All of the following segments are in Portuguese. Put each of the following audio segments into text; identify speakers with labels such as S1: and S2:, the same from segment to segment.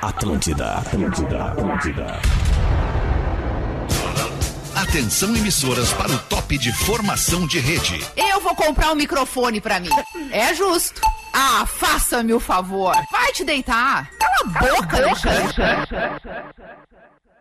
S1: Atlântida, Atlântida, Atlântida.
S2: Atenção emissoras para o top de formação de rede.
S3: Eu vou comprar um microfone pra mim. É justo. Ah, faça-me o favor. Vai te deitar. Cala a boca, Alexandre.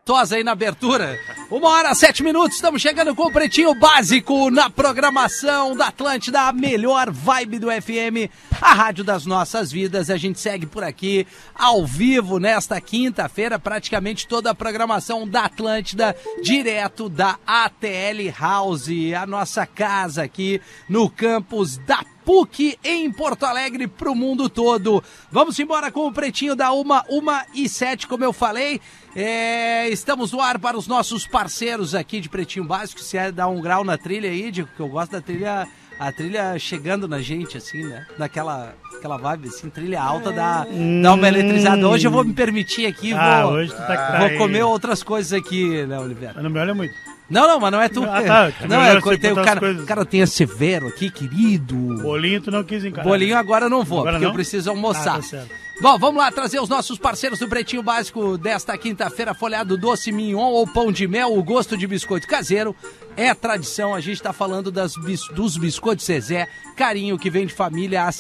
S4: Tosa aí na abertura. Uma hora, sete minutos, estamos chegando com o Pretinho Básico na programação da Atlântida, a melhor vibe do FM, a rádio das nossas vidas. A gente segue por aqui, ao vivo, nesta quinta-feira, praticamente toda a programação da Atlântida, direto da ATL House, a nossa casa aqui no campus da PUC em Porto Alegre para o mundo todo. Vamos embora com o Pretinho da Uma, Uma e Sete, como eu falei. É, estamos no ar para os nossos parceiros aqui de Pretinho Básico. Se é dar um grau na trilha aí, digo que eu gosto da trilha, a trilha chegando na gente, assim, né? Naquela aquela vibe, assim, trilha alta, dá, dá uma eletrizada. Hoje eu vou me permitir aqui,
S5: Ah,
S4: vou,
S5: hoje tu tá que tá
S4: vou
S5: aí.
S4: comer outras coisas aqui, né, Oliveira?
S5: Mas não me olha muito.
S4: Não, não, mas não é tu.
S5: Ah, tá, que
S4: não, é,
S5: melhor
S4: co-
S5: você
S4: tem o
S5: botar as
S4: cara,
S5: coisas.
S4: o cara tem a Severo aqui, querido.
S5: Bolinho tu não quis encarar.
S4: Bolinho agora eu não vou,
S5: Agora
S4: porque eu
S5: não?
S4: preciso almoçar.
S5: Ah, tá certo.
S4: Bom, vamos lá trazer os nossos parceiros do Pretinho Básico desta quinta-feira, folhado doce mignon ou pão de mel, o gosto de biscoito caseiro. É tradição, a gente está falando das bis- dos biscoitos Zezé, carinho que vem de família há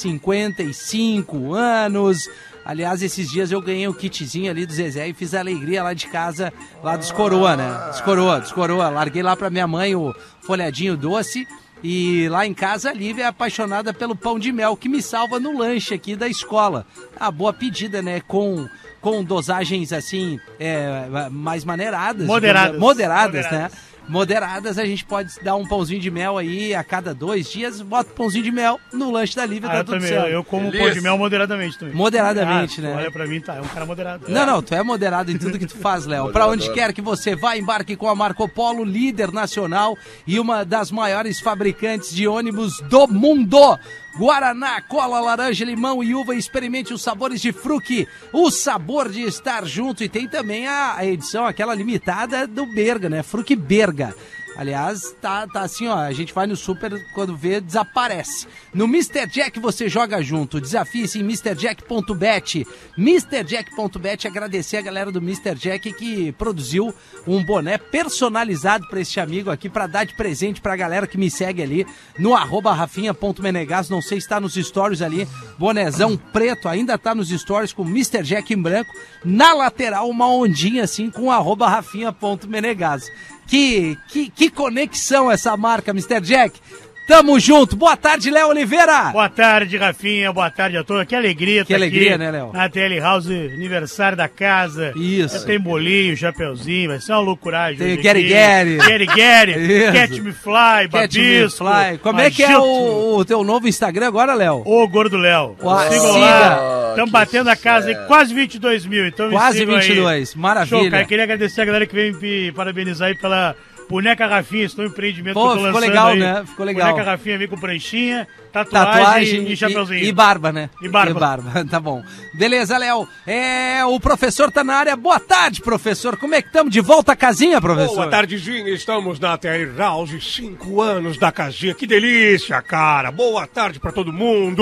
S4: 55 anos. Aliás, esses dias eu ganhei o kitzinho ali do Zezé e fiz a alegria lá de casa, lá dos coroa, né? Dos coroa, dos coroa. Larguei lá pra minha mãe o folhadinho doce. E lá em casa a Lívia é apaixonada pelo pão de mel que me salva no lanche aqui da escola. A boa pedida, né? Com, com dosagens assim, é, mais maneiradas.
S5: Moderadas.
S4: digamos, Moderadas,
S5: Moderadas.
S4: né? Moderadas, a gente pode dar um pãozinho de mel aí a cada dois dias, bota o pãozinho de mel no lanche da Lívia,
S5: Ah,
S4: tá
S5: eu
S4: tudo
S5: também.
S4: certo.
S5: Eu como pão de mel moderadamente também.
S4: Moderadamente,
S5: Ah, tu
S4: né?
S5: Olha pra mim, tá. É um cara moderado.
S4: Não, não, tu é moderado em tudo que tu faz, Léo. Pra onde quer que você vá, embarque com a Marco Polo, líder nacional e uma das maiores fabricantes de ônibus do mundo. Guaraná, cola, laranja, limão e uva, experimente os sabores de fruque, o sabor de estar junto. E tem também a, a edição, aquela limitada do Berga, né? Fruque Berga. Aliás, tá, tá assim, ó. A gente vai no super, quando vê, desaparece. No Mr. Jack você joga junto. Desafie-se em MrJack.bet. MrJack.bet, é agradecer a galera do Mr. Jack que produziu um boné personalizado pra este amigo aqui, pra dar de presente pra galera que me segue ali no arroba rafinha.menegas. Não sei se tá nos stories ali. Bonezão preto, ainda tá nos stories com Mr. Jack em branco. Na lateral, uma ondinha assim com arroba rafinha.menegas. Que, que, que conexão essa marca, Mr. Jack. Tamo junto. Boa tarde, Léo Oliveira.
S5: Boa tarde, Rafinha. Boa tarde a todos. Que alegria
S4: Que
S5: tá
S4: alegria,
S5: aqui
S4: né, Léo?
S5: Na TL House, aniversário da casa.
S4: Isso.
S5: Já tem bolinho, chapeuzinho. Vai ser uma loucuragem.
S4: Tem
S5: hoje
S4: Gary
S5: aqui.
S4: Gary.
S5: Gary Gary.
S4: Isso.
S5: Catch Me Fly,
S4: Cat Me
S5: Babisco.
S4: Fly. Como é que é
S5: Magito.
S4: o, o teu novo Instagram agora, Léo?
S5: Ô, Gordo Léo.
S4: Uai,
S5: Sigam
S4: siga.
S5: lá. Estamos
S6: Oh, que
S5: batendo a casa em
S6: certo.
S5: quase 22 mil. Então me
S4: Quase
S5: sigam aí.
S4: 22, maravilha.
S5: Show, cara. Queria agradecer a galera que veio me parabenizar aí pela Boneca Rafinha, esse novo empreendimento
S4: Pô,
S5: que eu tô
S4: ficou
S5: lançando
S4: legal,
S5: aí.
S4: né? Ficou legal.
S5: Boneca Rafinha vem com pranchinha, tatuagem,
S4: Tatuagem
S5: e chapeuzinho.
S4: e barba, né?
S5: E barba.
S4: tá bom. Beleza, Léo. É, o professor tá na área. Boa tarde, professor. Como é que estamos? De volta à casinha, professor?
S7: Boa tardezinha, estamos na TR House, cinco anos da casinha, que delícia, cara. Boa tarde pra todo mundo.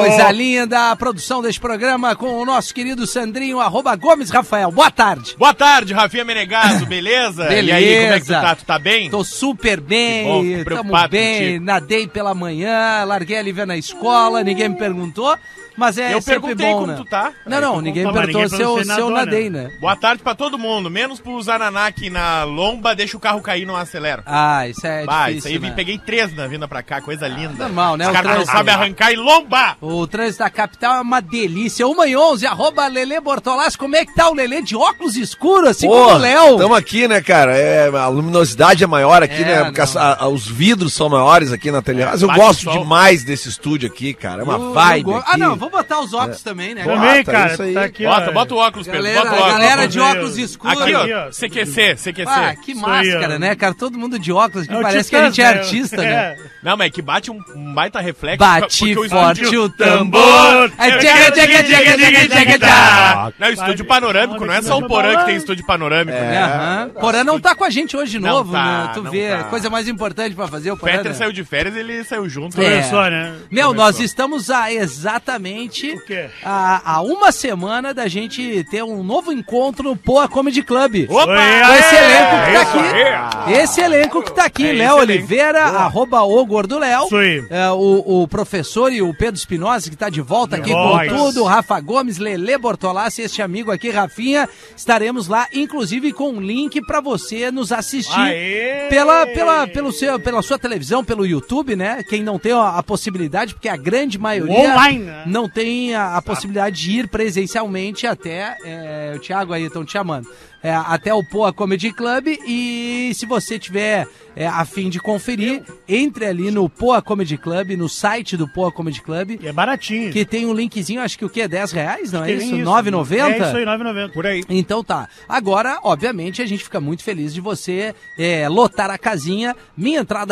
S4: Coisa linda, a produção deste programa com o nosso querido Sandrinho, arroba Gomes Rafael. Boa tarde.
S8: Boa tarde, Rafinha Menegaso, beleza? E aí, como é que tu
S4: Beleza.
S8: tá? Tu tá bem?
S4: Tô super bem,
S8: Que bom, fico
S4: tamo
S8: preocupado
S4: bem,
S8: contigo.
S4: nadei pela manhã, larguei a Lívia na escola, ninguém me perguntou, mas é
S8: Eu
S4: sempre
S8: perguntei
S4: bom,
S8: como
S4: né?
S8: tu tá.
S4: Não,
S5: Aí
S4: não,
S5: tu
S4: ninguém me
S5: contou, mas
S4: perguntou
S5: ninguém
S4: se eu, se
S5: perguntou se
S4: eu
S5: nadou,
S4: nadei, né?
S5: né?
S8: Boa tarde pra todo mundo, menos pro Zananá que na lomba deixa o carro cair e não acelera.
S4: Ah, isso é
S8: Bah,
S4: difícil,
S8: isso aí,
S4: né?
S8: vi, peguei três na vinda pra cá, coisa linda.
S4: normal, né?
S8: Os
S4: O
S8: caras não
S4: trânsito.
S8: sabem arrancar e lomba!
S4: O trânsito da capital é uma delícia. 1 e 11, arroba Lelê Bortolassi. Como é que tá o Lelê de óculos escuros, assim como o Léo?
S6: Estamos aqui, né, cara? É, a luminosidade é maior aqui,
S4: É,
S6: né? Porque
S4: não.
S6: as- a- a- os vidros são maiores aqui na tele. Mas eu
S8: bate
S6: gosto
S8: o sol.
S6: demais desse estúdio aqui, cara. É uma
S4: Eu- eu
S6: vibe.
S4: go-
S6: Aqui. É.
S4: Ah, não, vou botar os óculos também, né?
S6: Boa.
S5: Também,
S6: Bota, é
S5: cara.
S6: isso aí.
S5: Tá aqui,
S8: Bota,
S5: ó.
S8: bota o óculos, Pedro,
S4: Galera,
S8: bota o óculos.
S4: galera de
S5: Meu.
S4: óculos escuros.
S8: Aqui,
S5: Aqui,
S8: ó,
S5: ó.
S8: CQC, CQC.
S4: Ah, que
S5: Isso aí,
S4: máscara,
S5: ó.
S4: né, cara? Todo mundo de óculos aqui,
S5: É o
S4: parece que a
S5: Titãs,
S4: gente é artista, né?
S5: É.
S8: Não, mas é que bate um, um baita reflexo.
S4: Bate
S8: porque o
S4: forte
S8: estúdio-
S4: o tambor. É tchaca, tchaca, tchaca, tchaca, tchaca, tchaca.
S8: Não, é estúdio panorâmico, não é só o Porã que tem estúdio panorâmico, né?
S4: Aham. Porã não tá com a gente hoje de
S8: Não
S4: novo,
S8: tá,
S4: né? Tu
S8: não
S4: vê,
S8: tá.
S4: coisa mais importante pra fazer o
S8: O Peter
S4: Porã. né?
S8: saiu de férias, ele saiu junto.
S4: É.
S5: Começou, né?
S4: Meu,
S8: Começou.
S4: nós estamos a exatamente exatamente
S5: O quê?
S4: a, a uma semana da gente ter um novo encontro no Poa Comedy Club.
S8: Opa!
S4: Com esse
S5: Aê!
S4: elenco que tá
S5: É, Isso ah. É,
S4: aqui. Esse elenco que tá aqui, Léo Oliveira, arroba o Gordo Léo.
S5: Isso aí.
S4: É, o, o professor e o Pedro Espinosa, que tá de volta aqui
S5: volta.
S4: com tudo. Rafa Gomes, Lele Bortolassi, este amigo aqui, Rafinha. Estaremos lá, inclusive, com um link pra você nos assistir
S5: Aê!
S4: pela, pela, pelo seu, pela sua televisão, pelo YouTube, né? Quem não tem a, a possibilidade, porque a grande maioria
S5: Online, né?
S4: não tem a, a possibilidade de ir presencialmente até. é, o Thiago aí estão te chamando. é, até o Poa Comedy Club. E se você tiver é, a fim de conferir, entre ali no Poa Comedy Club, no site do Poa Comedy Club,
S5: E é baratinho.
S4: que tem um linkzinho, acho que o quê? 10 reais, não é
S5: Tem
S4: isso? 9,90?
S5: É isso aí, 9,90. Por aí.
S4: Então tá. Agora, obviamente, a gente fica muito feliz de você é, lotar a casinha.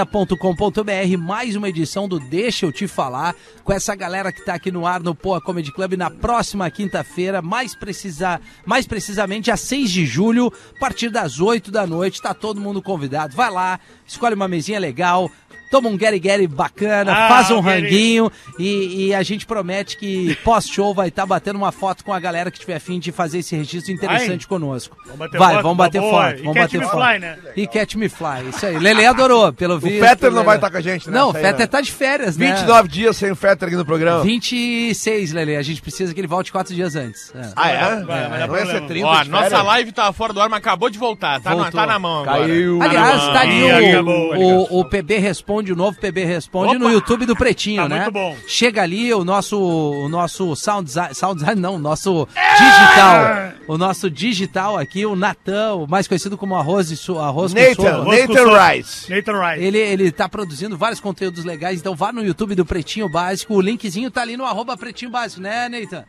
S4: Minhaentrada.com.br, mais uma edição do Deixa Eu Te Falar, com essa galera que tá aqui no ar no Poa Comedy Club na próxima quinta-feira, mais, precisa, mais precisamente a 6 de julho, a partir das 8 da noite. Tá todo mundo convidado. Vai lá, escolhe uma mesinha legal. Toma um Gary Gary bacana,
S5: Ah,
S4: faz um
S5: o Gary.
S4: ranguinho pouquinho e, e a gente promete que pós-show vai estar batendo uma foto com a galera que tiver afim de fazer esse registro interessante conosco.
S5: Vamos bater
S4: vai,
S5: foto,
S4: vamos
S5: uma
S4: bater
S5: boa.
S4: foto.
S5: E
S4: Vamos
S5: Catch
S4: bater
S5: Me
S4: foto.
S5: Fly, né?
S4: E Catch Me Fly, isso aí. Lele adorou, pelo visto.
S6: Fetter não
S4: Lelê.
S6: vai estar com a gente, né?
S4: Não, o
S6: Isso aí,
S4: Fetter
S6: né?
S4: tá de férias, né?
S6: 29 dias sem o Fetter aqui no programa.
S4: 26, Lele. A gente precisa que ele volte quatro dias antes. É.
S6: Ah, é?
S5: Vai, vai dar
S6: não ia ser
S5: problema.
S6: 30
S8: Ó,
S6: de
S8: nossa
S6: férias?
S8: live tava fora do ar, mas acabou de voltar. Tá, na,
S4: Voltou.
S8: tá na mão agora.
S6: Caiu.
S4: Aliás, tá
S8: na mão.
S4: ali
S5: Ih,
S4: o,
S5: acabou,
S4: o, o PB Responde, o novo PB Responde
S8: Opa!
S4: no YouTube do Pretinho,
S5: Tá
S4: né?
S5: muito bom.
S4: Chega ali o nosso, o nosso sound design, sound design não, o nosso
S5: É!
S4: digital. O nosso digital aqui, o Natan, o mais conhecido como Arroz, e Su- Arroz com
S6: Nathan,
S4: Sopa.
S6: Nathan Rice.
S5: Nathan Wright.
S4: Ele, ele tá produzindo vários conteúdos legais, então vá no YouTube do Pretinho Básico, o linkzinho tá ali no arroba Pretinho Básico, né, Nathan?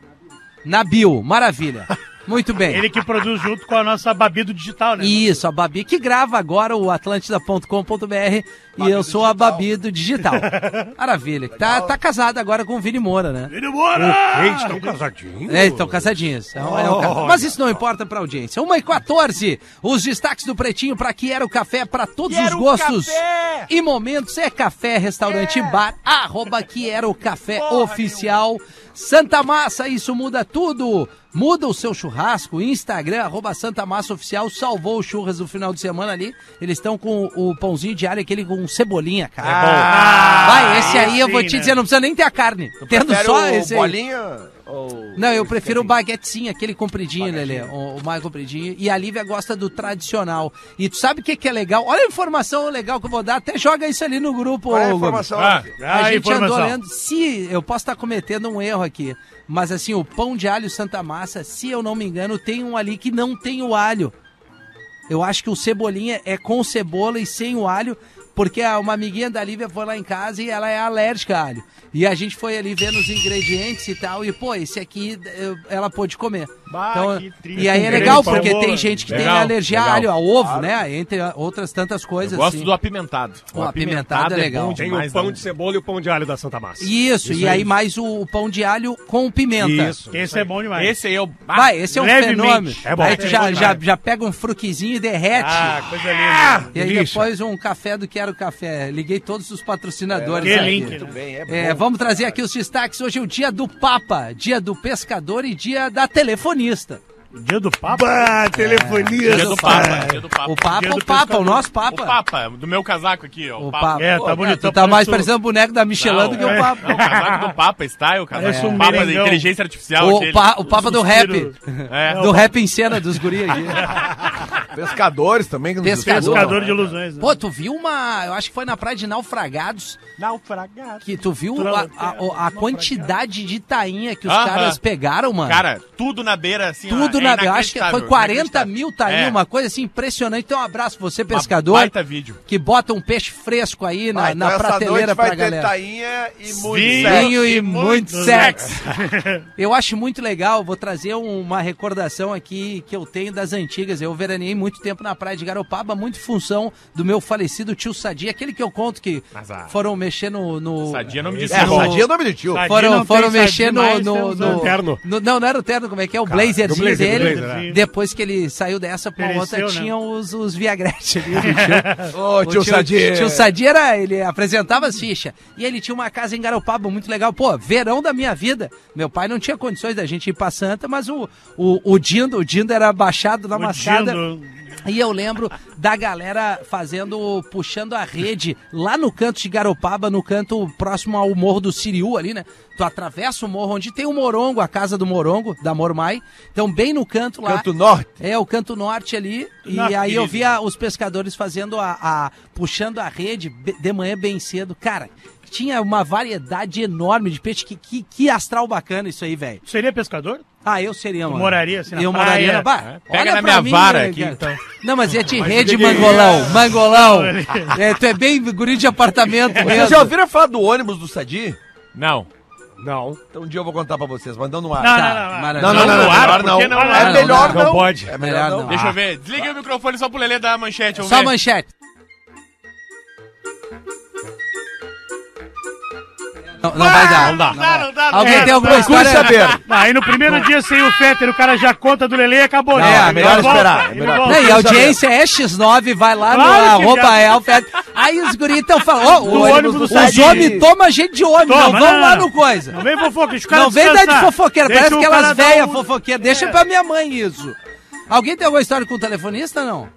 S4: Na bio, maravilha. Muito bem.
S5: Ele que produz junto com a nossa Babi do Digital, né?
S4: Isso, a Babi que grava agora o atlântida.com.br e eu sou a Babi do digital. Maravilha. que Tá, tá casada agora com o Vini Moura, né?
S5: Ele mora!
S7: Eles estão casadinhos.
S4: É, estão casadinhas. É um- é um ca- Mas isso não importa pra audiência. 1 e 14 os destaques do Pretinho pra que era o café, pra todos os gostos e momentos. É café, restaurante,
S5: É!
S4: bar, arroba que era o café oficial. Santa Massa, isso muda tudo. Muda o seu churrasco, Instagram, arroba Santa Massa Oficial, salvou o churras do final de semana ali. Eles estão com o pãozinho de alho, aquele com cebolinha, cara. Vai, esse aí eu vou
S5: Ah, sim,
S4: te
S5: né?
S4: dizer, não precisa nem ter a carne. Tendo
S6: Prefere
S4: só
S6: o
S4: esse aí.
S6: Bolinha? Ou...
S4: Não, eu prefiro o baguetezinho, aquele compridinho, Lelê. O, o mais compridinho. E a Lívia gosta do tradicional. E tu sabe o que, que é legal? Olha a informação legal que eu vou dar. Até joga isso ali no grupo.
S6: Qual é a
S4: ô,
S6: informação?
S5: Ah,
S6: Rafinha?
S5: ah,
S4: a gente né?
S5: informação.
S4: andou lendo. Se eu posso estar cometendo um erro aqui, mas assim, o pão de alho Santa Massa, se eu não me engano, tem um ali que não tem o alho. Eu acho que o cebolinha é com cebola e sem o alho, porque a- uma amiguinha da Lívia foi lá em casa e ela é alérgica a alho. E a gente foi ali vendo os ingredientes e tal, e pô, esse aqui eu- ela pôde comer.
S8: Bah, que triste.
S4: e aí é
S5: Ingrediente
S4: legal,
S5: pra
S4: porque
S5: boa.
S4: tem gente que
S8: Legal,
S4: tem alergia a
S8: legal.
S4: alho, a ovo, né? Entre outras tantas coisas.
S8: Eu gosto
S4: assim.
S8: do apimentado.
S4: O apimentado é legal.
S8: bom
S7: Tem
S8: demais,
S7: o pão
S8: né?
S7: de cebola e o pão de alho da Santa Massa.
S4: Isso, e aí mais o, o pão de alho com pimenta.
S7: Isso.
S5: Esse é bom demais.
S8: Esse aí é o...
S4: Vai, esse é um
S5: Levemente.
S4: fenômeno.
S5: É bom.
S4: aí tu
S5: É
S4: já,
S5: bom,
S4: já,
S5: cara.
S4: já pega um fruquizinho e derrete.
S5: Ah, coisa linda.
S4: e aí
S7: delícia.
S4: depois um café do Quero Café. Liguei todos os patrocinadores.
S5: Que
S4: aqui.
S5: link, né?
S6: Bem, é bom.
S4: É, vamos trazer aqui os destaques. Hoje é o dia do Papa, dia do pescador e dia da telefonista.
S5: Dia do papo.
S6: Ah,
S7: telefonia.
S8: Dia do Papa. Dia do Papa.
S4: é O Papa, é
S5: Dia
S4: o
S5: do
S4: Papa,
S5: pescador.
S4: o nosso
S8: O
S4: Papa.
S8: Papa, do meu casaco aqui, ó.
S4: O
S8: Papa.
S4: Papa.
S5: É, tá
S4: Pô, cara,
S5: bonito,
S4: Tu
S5: tá
S4: tá mais
S5: bonito.
S4: parecendo o boneco da Michelin do que o Papa.
S8: Não, o casaco do Papa style, cara.
S5: Parece um
S8: o Papa da
S5: merengão.
S8: inteligência artificial.
S4: O,
S8: É aquele.
S4: pa- o Papa do rap.
S5: suspiro.
S8: É.
S4: Do rap em cena dos guri aqui.
S6: Pescadores também. Que nos
S4: Pescador.
S6: escutam,
S5: Pescador
S6: né?
S5: de ilusões. né?
S4: Pô, tu viu uma. Eu acho que foi na praia de Naufragados. Naufragados. Que tu viu a, a- a quantidade de tainha que os
S8: Aham.
S4: caras pegaram, mano?
S8: Cara, tudo na beira, assim, ó,
S4: Tudo
S8: é
S4: na. Eu acho que foi
S8: inacreditável,
S4: 40
S8: inacreditável.
S4: mil tainha,
S8: É,
S4: uma coisa assim impressionante. Então, um abraço pra você,
S8: uma
S4: pescador.
S8: Baita vídeo.
S4: Que bota um peixe fresco aí na,
S6: Ah, então
S4: na
S6: essa
S4: prateleira
S6: noite vai
S4: pra
S6: ter
S4: galera.
S6: tainha e muito
S8: Vinho.
S6: sexo.
S4: Vinho e
S8: E
S4: muito
S8: muito
S4: sexo. um, Eu acho muito legal, vou trazer uma recordação aqui que eu tenho das antigas. Eu veraneei muito muito tempo na praia de Garopaba, muito em função do meu falecido tio Sadia, aquele que eu conto que
S8: Mas, ah,
S4: foram mexer no. no-
S8: Sadia não me disse
S6: É,
S8: bom.
S6: sadia é o nome do tio.
S5: Sadia
S4: Foram,
S5: não
S4: foram
S5: tem sadia um
S4: mexer no.
S5: mais,
S4: no,
S5: tem usado
S4: no-
S7: terno.
S4: no- não, não era o terno, como é que é? O blazerzinho dele.
S7: blazer, o blazer,
S8: né?
S5: é.
S4: Depois que ele saiu dessa pra
S5: Pereceu,
S4: outra,
S5: né?
S4: tinham os, os Viagrete ali. o tio-
S6: Ô, tio Sadia.
S4: Tio Sadia era, ele apresentava as fichas. E ele tinha uma casa em Garopaba muito legal. Pô, verão da minha vida. Meu pai não tinha condições da gente ir pra Santa, mas o, o, o Dindo, o Dindo era baixado na
S5: O
S4: mascada.
S5: Dindo.
S4: E eu lembro da galera fazendo, puxando a rede lá no canto de Garopaba, no canto próximo ao Morro do Siriú ali, né? Tu atravessa o morro onde tem o Morongo, a casa do Morongo, da Mormai. Então, bem no canto lá.
S6: Canto Norte.
S4: É, o canto norte ali. E
S5: Norte,
S4: aí eu
S5: querido.
S4: via os pescadores fazendo a. a- puxando a rede be- de manhã bem cedo. Cara, tinha uma variedade enorme de peixe. Que, que, que astral bacana isso aí, velho.
S5: Seria pescador?
S4: Ah, eu seria, mano.
S5: moraria, assim, na
S4: Eu
S5: praia?
S4: moraria na barra.
S8: Pega na minha vara aqui, então.
S4: né, Não, mas ia te rede, mangolão. Mangolão. É, tu é bem guri de apartamento mesmo.
S6: Vocês já ouviram falar do ônibus do Sadi?
S8: Não.
S7: Não.
S6: Então um dia eu vou contar pra vocês, mas não no ar.
S5: Não,
S4: Tá,
S5: não, não, não.
S4: maravilha.
S8: não, no ar, por que não?
S6: É
S4: Não,
S6: melhor
S4: não,
S6: não.
S7: não. Não pode.
S6: É
S4: Melhor
S6: melhor
S4: não.
S6: não.
S8: Deixa eu ver. Desliga o microfone só pro Lelê dar a manchete. eu
S4: Ah. Só a
S8: ver.
S4: manchete. Não, não vai dar.
S8: Ah, Não dá.
S4: Não dá.
S8: não
S4: Alguém
S5: dá.
S4: tem alguma
S5: Procure
S4: história?
S6: saber.
S5: Não, aí no primeiro dia sem o Fetter, o cara já conta do Lele e acabou,
S4: Não, é
S5: Ele
S4: melhor
S5: volta,
S6: esperar, é
S5: ele
S6: melhor.
S5: volta.
S4: Não, e a audiência é X9, vai lá
S5: Claro que
S4: no arroba
S5: já.
S4: Elfed. Aí os guris estão falando, ô,
S5: Do
S4: o
S5: ônibus do
S4: os
S5: Sadi.
S4: homens tomam gente de homem,
S5: Toma,
S4: não vão
S5: não,
S4: lá
S5: não.
S4: no coisa.
S5: Não vem fofoca, deixa o cara
S4: Não vem dar
S5: descansar.
S4: de fofoqueira,
S5: Deixa
S4: parece
S5: o
S4: aquelas
S5: cara dar
S4: velhas
S5: um-
S4: fofoqueiras. Deixa pra minha mãe isso. Alguém tem alguma história com o telefonista, não?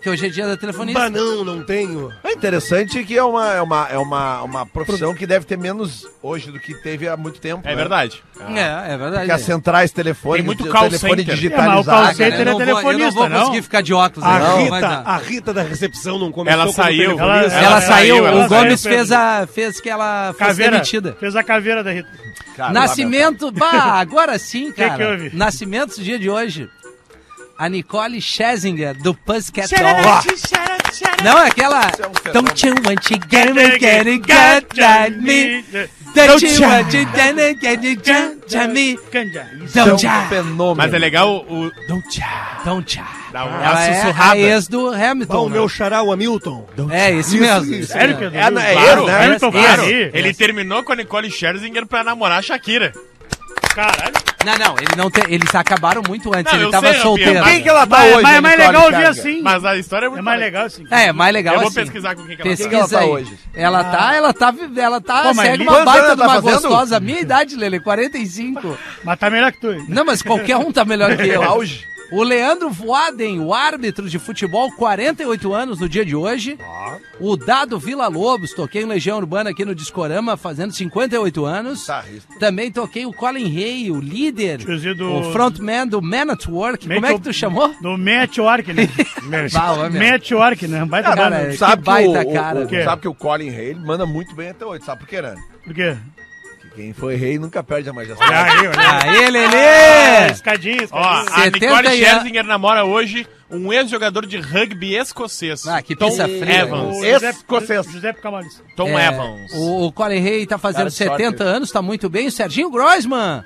S4: Que hoje é dia da telefonista.
S7: Bah, não, não tenho.
S6: É interessante que é uma, é uma, é uma, uma profissão que deve ter menos hoje do que teve há muito tempo.
S8: É
S6: né?
S8: verdade.
S4: É, é verdade.
S6: Porque as centrais telefônicas,
S8: Tem muito
S6: o
S8: call
S6: telefone
S8: center.
S5: É, mas o
S6: digitalizado.
S5: call
S4: Ah, cara,
S5: center
S6: né?
S5: é
S4: eu, não vou, eu não
S5: telefonista,
S4: vou
S5: não?
S4: conseguir ficar de óculos.
S7: A
S4: não, vai
S7: Rita,
S4: dar.
S7: a Rita da recepção não começou
S8: Ela
S7: como
S8: saiu.
S7: telefonista.
S4: Ela,
S8: Ela
S4: saiu,
S8: saiu,
S4: o
S8: ela
S4: Gomes
S5: saiu,
S4: fez, a, fez que ela fosse
S5: Caveira,
S4: demitida.
S5: fez a caveira da Rita.
S4: Ah,
S6: Cara,
S4: Nascimento, bah, agora sim, cara.
S5: que houve?
S4: Nascimento do dia de hoje. A Nicole Scherzinger, do Pussycat Dolls.
S8: Não.
S4: Não, é aquela...
S6: é um fenômeno.
S4: Don't you want to get it, get it, get at me. Don't you want to get it, get it, get at me. Don't
S6: Isso é um
S4: ya,
S6: fenômeno.
S8: Mas é legal o. o-
S4: don't ya, don't ya.
S8: Dá uma
S4: Ela é a
S8: sussurrada.
S4: ex do Hamilton.
S7: Ah, o
S6: um
S4: né?
S7: meu xará, o Hamilton.
S4: É, esse mesmo. esse
S5: Sério,
S4: mesmo.
S5: Pedro?
S6: É, é
S8: Claro,
S6: eu, né?
S5: Hamilton
S4: Claro.
S5: Claro.
S8: Ele terminou com a Nicole Scherzinger pra namorar a Shakira.
S5: Caralho.
S4: Não, não, ele não tem- eles acabaram muito antes,
S8: Não,
S4: ele
S8: eu
S4: tava
S8: sei, eu-
S4: solteiro.
S6: Quem que ela tá
S5: Mas,
S6: hoje?
S5: mas é
S6: a
S5: mais
S6: Nicole
S5: legal ouvir
S6: Scherzinger?
S5: assim.
S8: Mas a história é muito
S5: É mais
S8: legal.
S5: legal assim.
S4: É, é mais legal
S8: Eu vou
S4: assim.
S8: pesquisar com quem que ela tá.
S4: Pesquisa
S6: Quem que ela tá
S4: aí.
S6: hoje?
S4: Ela tá, ela tá, vi- ela tá,
S5: Pô, mas
S4: segue
S5: li-
S4: uma
S6: Quantos
S4: baita
S6: anos
S4: de
S6: ela
S4: uma
S6: tá fazendo?
S4: gostosa. Minha idade, Lele, 45.
S5: Mas tá melhor que tu. hein?
S4: Não, mas qualquer um tá melhor que eu.
S6: No auge.
S4: O Leandro Voaden, o árbitro de futebol, 48 anos no dia de hoje. O Dado Vila Lobos, toquei em Legião Urbana aqui no Discorama, fazendo 58 anos.
S6: Tá, isso.
S4: Também toquei o Colin Hay, o líder,
S5: Tiozinho do-
S4: o frontman do Man at Work. Como é que tu chamou?
S5: Do Matt Orkney.
S4: Bah, ô, meu.
S5: Matt Orkney. Baita
S4: Cara,
S5: banda.
S4: É, Que
S6: Tu sabe que
S4: baita
S6: o,
S4: cara.
S6: o-
S4: O
S5: quê?
S6: sabe que o Colin Hay ele manda muito bem até hoje, sabe por quê, né?
S5: Por quê?
S6: Que quem foi rei nunca perde a
S4: Ah,
S6: majestade.
S7: Aí, olha.
S4: Aê,
S5: Ah,
S4: Lelê!
S5: Escadinha,
S8: Ó,
S5: escadinha.
S8: a
S4: 70
S8: Nicole
S4: e-
S8: Scherzinger namora hoje um ex-jogador de rugby escocês.
S4: Ah, que
S8: Tom
S4: pizza fria.
S8: Evans.
S5: O José-
S6: escocês.
S5: José Camales.
S8: Tom
S4: É,
S8: Evans.
S4: O, o Colin Hay tá fazendo
S6: Cara, sorte.
S4: 70 anos, tá muito bem. O Serginho Grossman.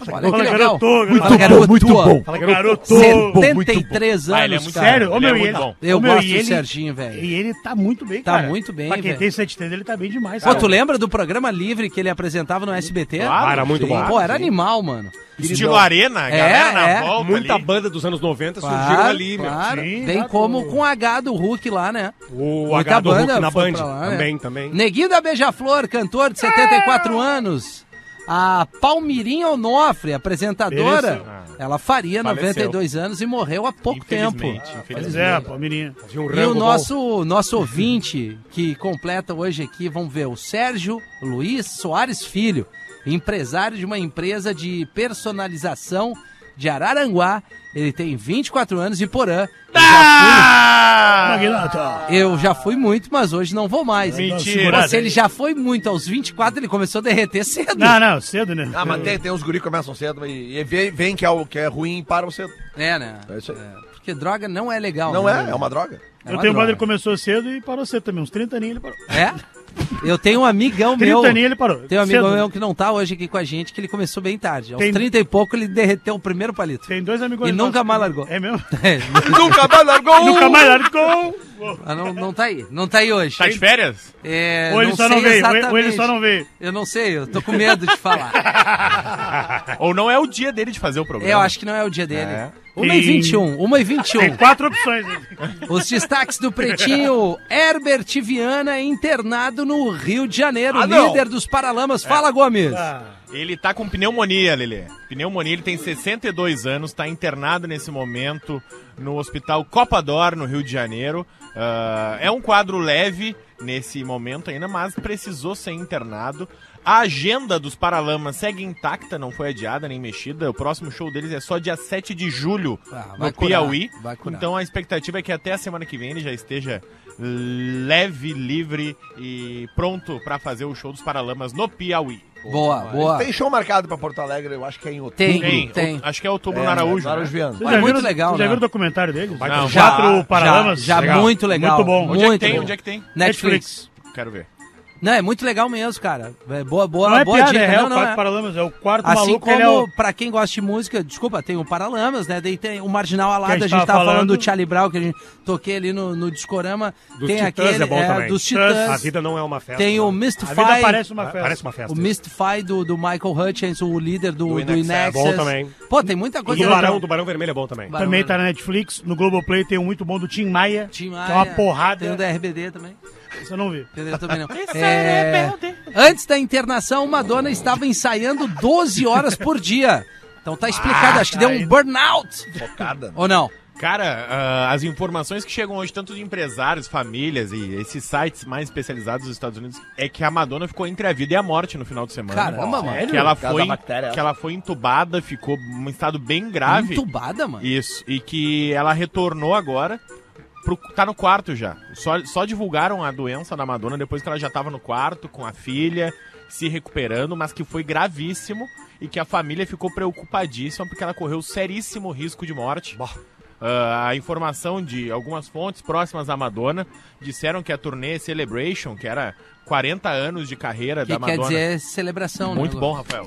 S4: Olha
S5: Fala,
S4: que legal.
S5: garoto, garoto.
S4: Fala, garoto.
S6: muito bom.
S5: Fala, garoto.
S6: bom,
S4: 73 anos,
S8: Ah, ele é muito
S4: cara.
S5: Sério? Ô,
S8: Ele
S5: meu,
S8: é
S5: e
S8: muito
S5: ele-
S8: bom.
S4: Eu
S5: Ô, meu,
S4: gosto
S5: e
S4: do
S5: ele-
S4: Serginho, velho.
S5: E ele tá muito bem,
S4: Tá
S5: cara.
S4: muito bem,
S5: Pra quem
S4: velho.
S5: tem 73, ele tá bem demais.
S4: Pô,
S5: cara.
S4: tu lembra do programa livre que ele apresentava no SBT?
S8: Claro,
S7: Era muito
S6: sim.
S7: bom.
S4: Pô, era animal, mano.
S8: Estilo arena, a
S4: É,
S8: galera na
S4: é.
S8: volta
S7: Muita
S8: ali.
S7: banda dos anos 90 surgiu
S4: Claro,
S7: ali, meu.
S4: claro.
S5: Sim,
S4: Bem
S5: claro.
S4: como com o H do Hulk lá, né?
S7: O
S4: Muita
S7: H do Hulk na
S4: foi
S7: Band.
S4: pra lá, né?
S7: Também, também.
S4: Neguinho da Beija-Flor, cantor de 74 anos. A Palmirinha Onofre, apresentadora, Ah. ela faria
S8: Faleceu.
S4: 92 anos e morreu há pouco tempo.
S8: Infelizmente,
S5: Pois
S8: infelizmente.
S5: é, pô,
S4: né?
S5: menino.
S7: Tinha um
S4: E
S7: rango
S4: o
S7: bom.
S4: nosso, nosso ouvinte que completa hoje aqui, vamos ver, o Sérgio Luiz Soares Filho, empresário de uma empresa de personalização de Araranguá. Ele tem 24 anos de Porã. Eu
S7: Tá!
S4: já Ah.
S5: Magnata.
S4: fui, eu já fui muito, mas hoje não vou mais.
S8: Mentira.
S4: Nossa, ele já foi muito. Aos 24 ele começou a derreter cedo.
S5: Não, não, cedo, né?
S6: Ah, mas tem, tem uns guri que começam cedo e, e vem, vem que, é o, que é ruim e param cedo.
S4: É, né?
S6: É isso aí.
S4: É, porque droga não é legal.
S6: Não
S4: né?
S6: é? É uma droga.
S4: É
S5: Eu
S4: uma
S5: tenho um padre
S4: droga.
S5: que começou cedo e parou cedo também, uns 30 aninhos ele parou.
S4: É? Eu tenho um amigão meu.
S5: Trinta ele parou.
S4: Tem um amigo
S5: Cedo.
S4: meu que não tá hoje aqui com a gente, que ele começou bem tarde. Aos
S5: Tem-
S4: 30 e pouco ele derreteu o primeiro palito.
S5: Tem dois amigos
S4: E nunca
S5: nossos.
S4: mais largou.
S5: É mesmo?
S4: É,
S6: Nunca mais largou um.
S5: nunca mais largou.
S4: mas não, não tá aí. Não tá aí hoje.
S8: Tá de férias?
S4: É,
S5: Ou ele só
S4: sei
S5: não veio, ou ele-
S4: exatamente.
S5: ou ele só não veio.
S4: Eu não sei, eu tô com medo de falar.
S8: Ou não é o dia dele de fazer o programa?
S4: É, eu acho que não é o dia dele.
S6: É.
S4: 1h21, 1h21.
S5: Tem quatro opções. né?
S4: Os destaques do Pretinho, Herbert Viana é internado no Rio de Janeiro,
S6: Ah, não.
S4: líder dos Paralamas.
S8: É.
S4: Fala, Gomes.
S8: Ele tá com pneumonia, Lelê. Pneumonia, ele tem 62 anos, tá internado nesse momento no Hospital Copador, no Rio de Janeiro. Ah, é um quadro leve nesse momento ainda, mas precisou ser internado. A agenda dos Paralamas segue intacta, não foi adiada nem mexida. O próximo show deles é só dia 7 de julho
S4: Ah, vai
S8: no
S4: curar,
S8: Piauí.
S4: vai curar.
S8: Então a expectativa é que até a semana que vem ele já esteja leve, livre e pronto pra fazer o show dos Paralamas no Piauí.
S4: Boa, boa.
S6: Tem show marcado pra Porto Alegre, eu acho que é em outubro.
S4: Tem,
S8: Tem,
S4: tem.
S8: o- acho que é outubro no Araújo. né?
S6: Araújo
S4: Olha, muito legal,
S5: Já
S4: né?
S5: viram o documentário dele?
S8: Não,
S5: quatro
S4: já,
S5: paralamas.
S4: Já, já muito legal.
S5: Muito bom.
S4: Muito
S8: Onde é que tem?
S4: bom.
S8: Onde é que tem?
S4: Netflix.
S8: Quero ver.
S4: Não, é muito legal mesmo, cara. É boa, boa,
S5: Não é
S4: boa
S5: piada,
S4: dica.
S5: é real.
S4: não, não
S5: quatro
S4: é.
S5: paralamas. É o quarto
S4: Assim
S5: maluco,
S4: como,
S5: ele é o...
S4: pra quem gosta de música, desculpa, tem o Paralamas, né? Daí tem o Marginal Alado,
S5: Que
S4: a gente tava falando,
S5: falando
S4: do Charlie Brown, que a gente toquei ali no, no Discorama.
S7: Dos
S4: tem
S7: Titãs
S4: aquele,
S7: é bom também.
S4: dos Titãs.
S7: A vida não é uma festa.
S4: Tem o
S7: né?
S5: A
S4: Mystify.
S5: vida parece uma
S7: Ah,
S5: festa.
S7: Parece uma festa.
S4: O Mystify do, do Michael Hutchins, o líder do, do,
S8: Do
S4: Inexcess.
S8: In Excess.
S7: Bom também.
S4: Pô, tem muita
S7: O
S4: coisa.
S7: do
S4: legal.
S7: Barão, do Barão Vermelho é bom também.
S4: Barão
S5: Também
S4: Vermelho.
S5: tá na Netflix. No Globoplay tem um muito bom do Tim Maia.
S4: Tim
S5: Que é uma
S4: Maia,
S5: porrada.
S4: Tem o da RBD também.
S5: Você não viu.
S4: Entendeu? Também não. É, antes da internação, Madonna estava ensaiando 12 horas por dia. Então tá explicado, acho que deu um burnout.
S6: Focada.
S4: Ou não?
S8: Cara, ah, as informações que chegam hoje, tanto de empresários, famílias e esses sites mais especializados dos Estados Unidos, é que a Madonna ficou entre a vida e a morte no final de semana.
S4: Caramba, mano.
S8: Que ela,
S6: Por causa
S8: foi,
S6: da bactéria.
S8: que ela foi entubada, ficou em um estado bem grave.
S4: Entubada, mano.
S8: Isso, e que ela retornou agora. Pro, tá no quarto já. Só, só divulgaram a doença da Madonna depois que ela já tava no quarto com a filha, se recuperando, mas que foi gravíssimo e que a família ficou preocupadíssima porque ela correu seríssimo risco de morte. Ah, a informação de algumas fontes próximas à Madonna disseram que a turnê Celebration, que era 40 anos de carreira da
S4: que quer
S8: Madonna.
S4: dizer celebração, né?
S8: Muito
S4: Lu?
S8: bom, Rafael.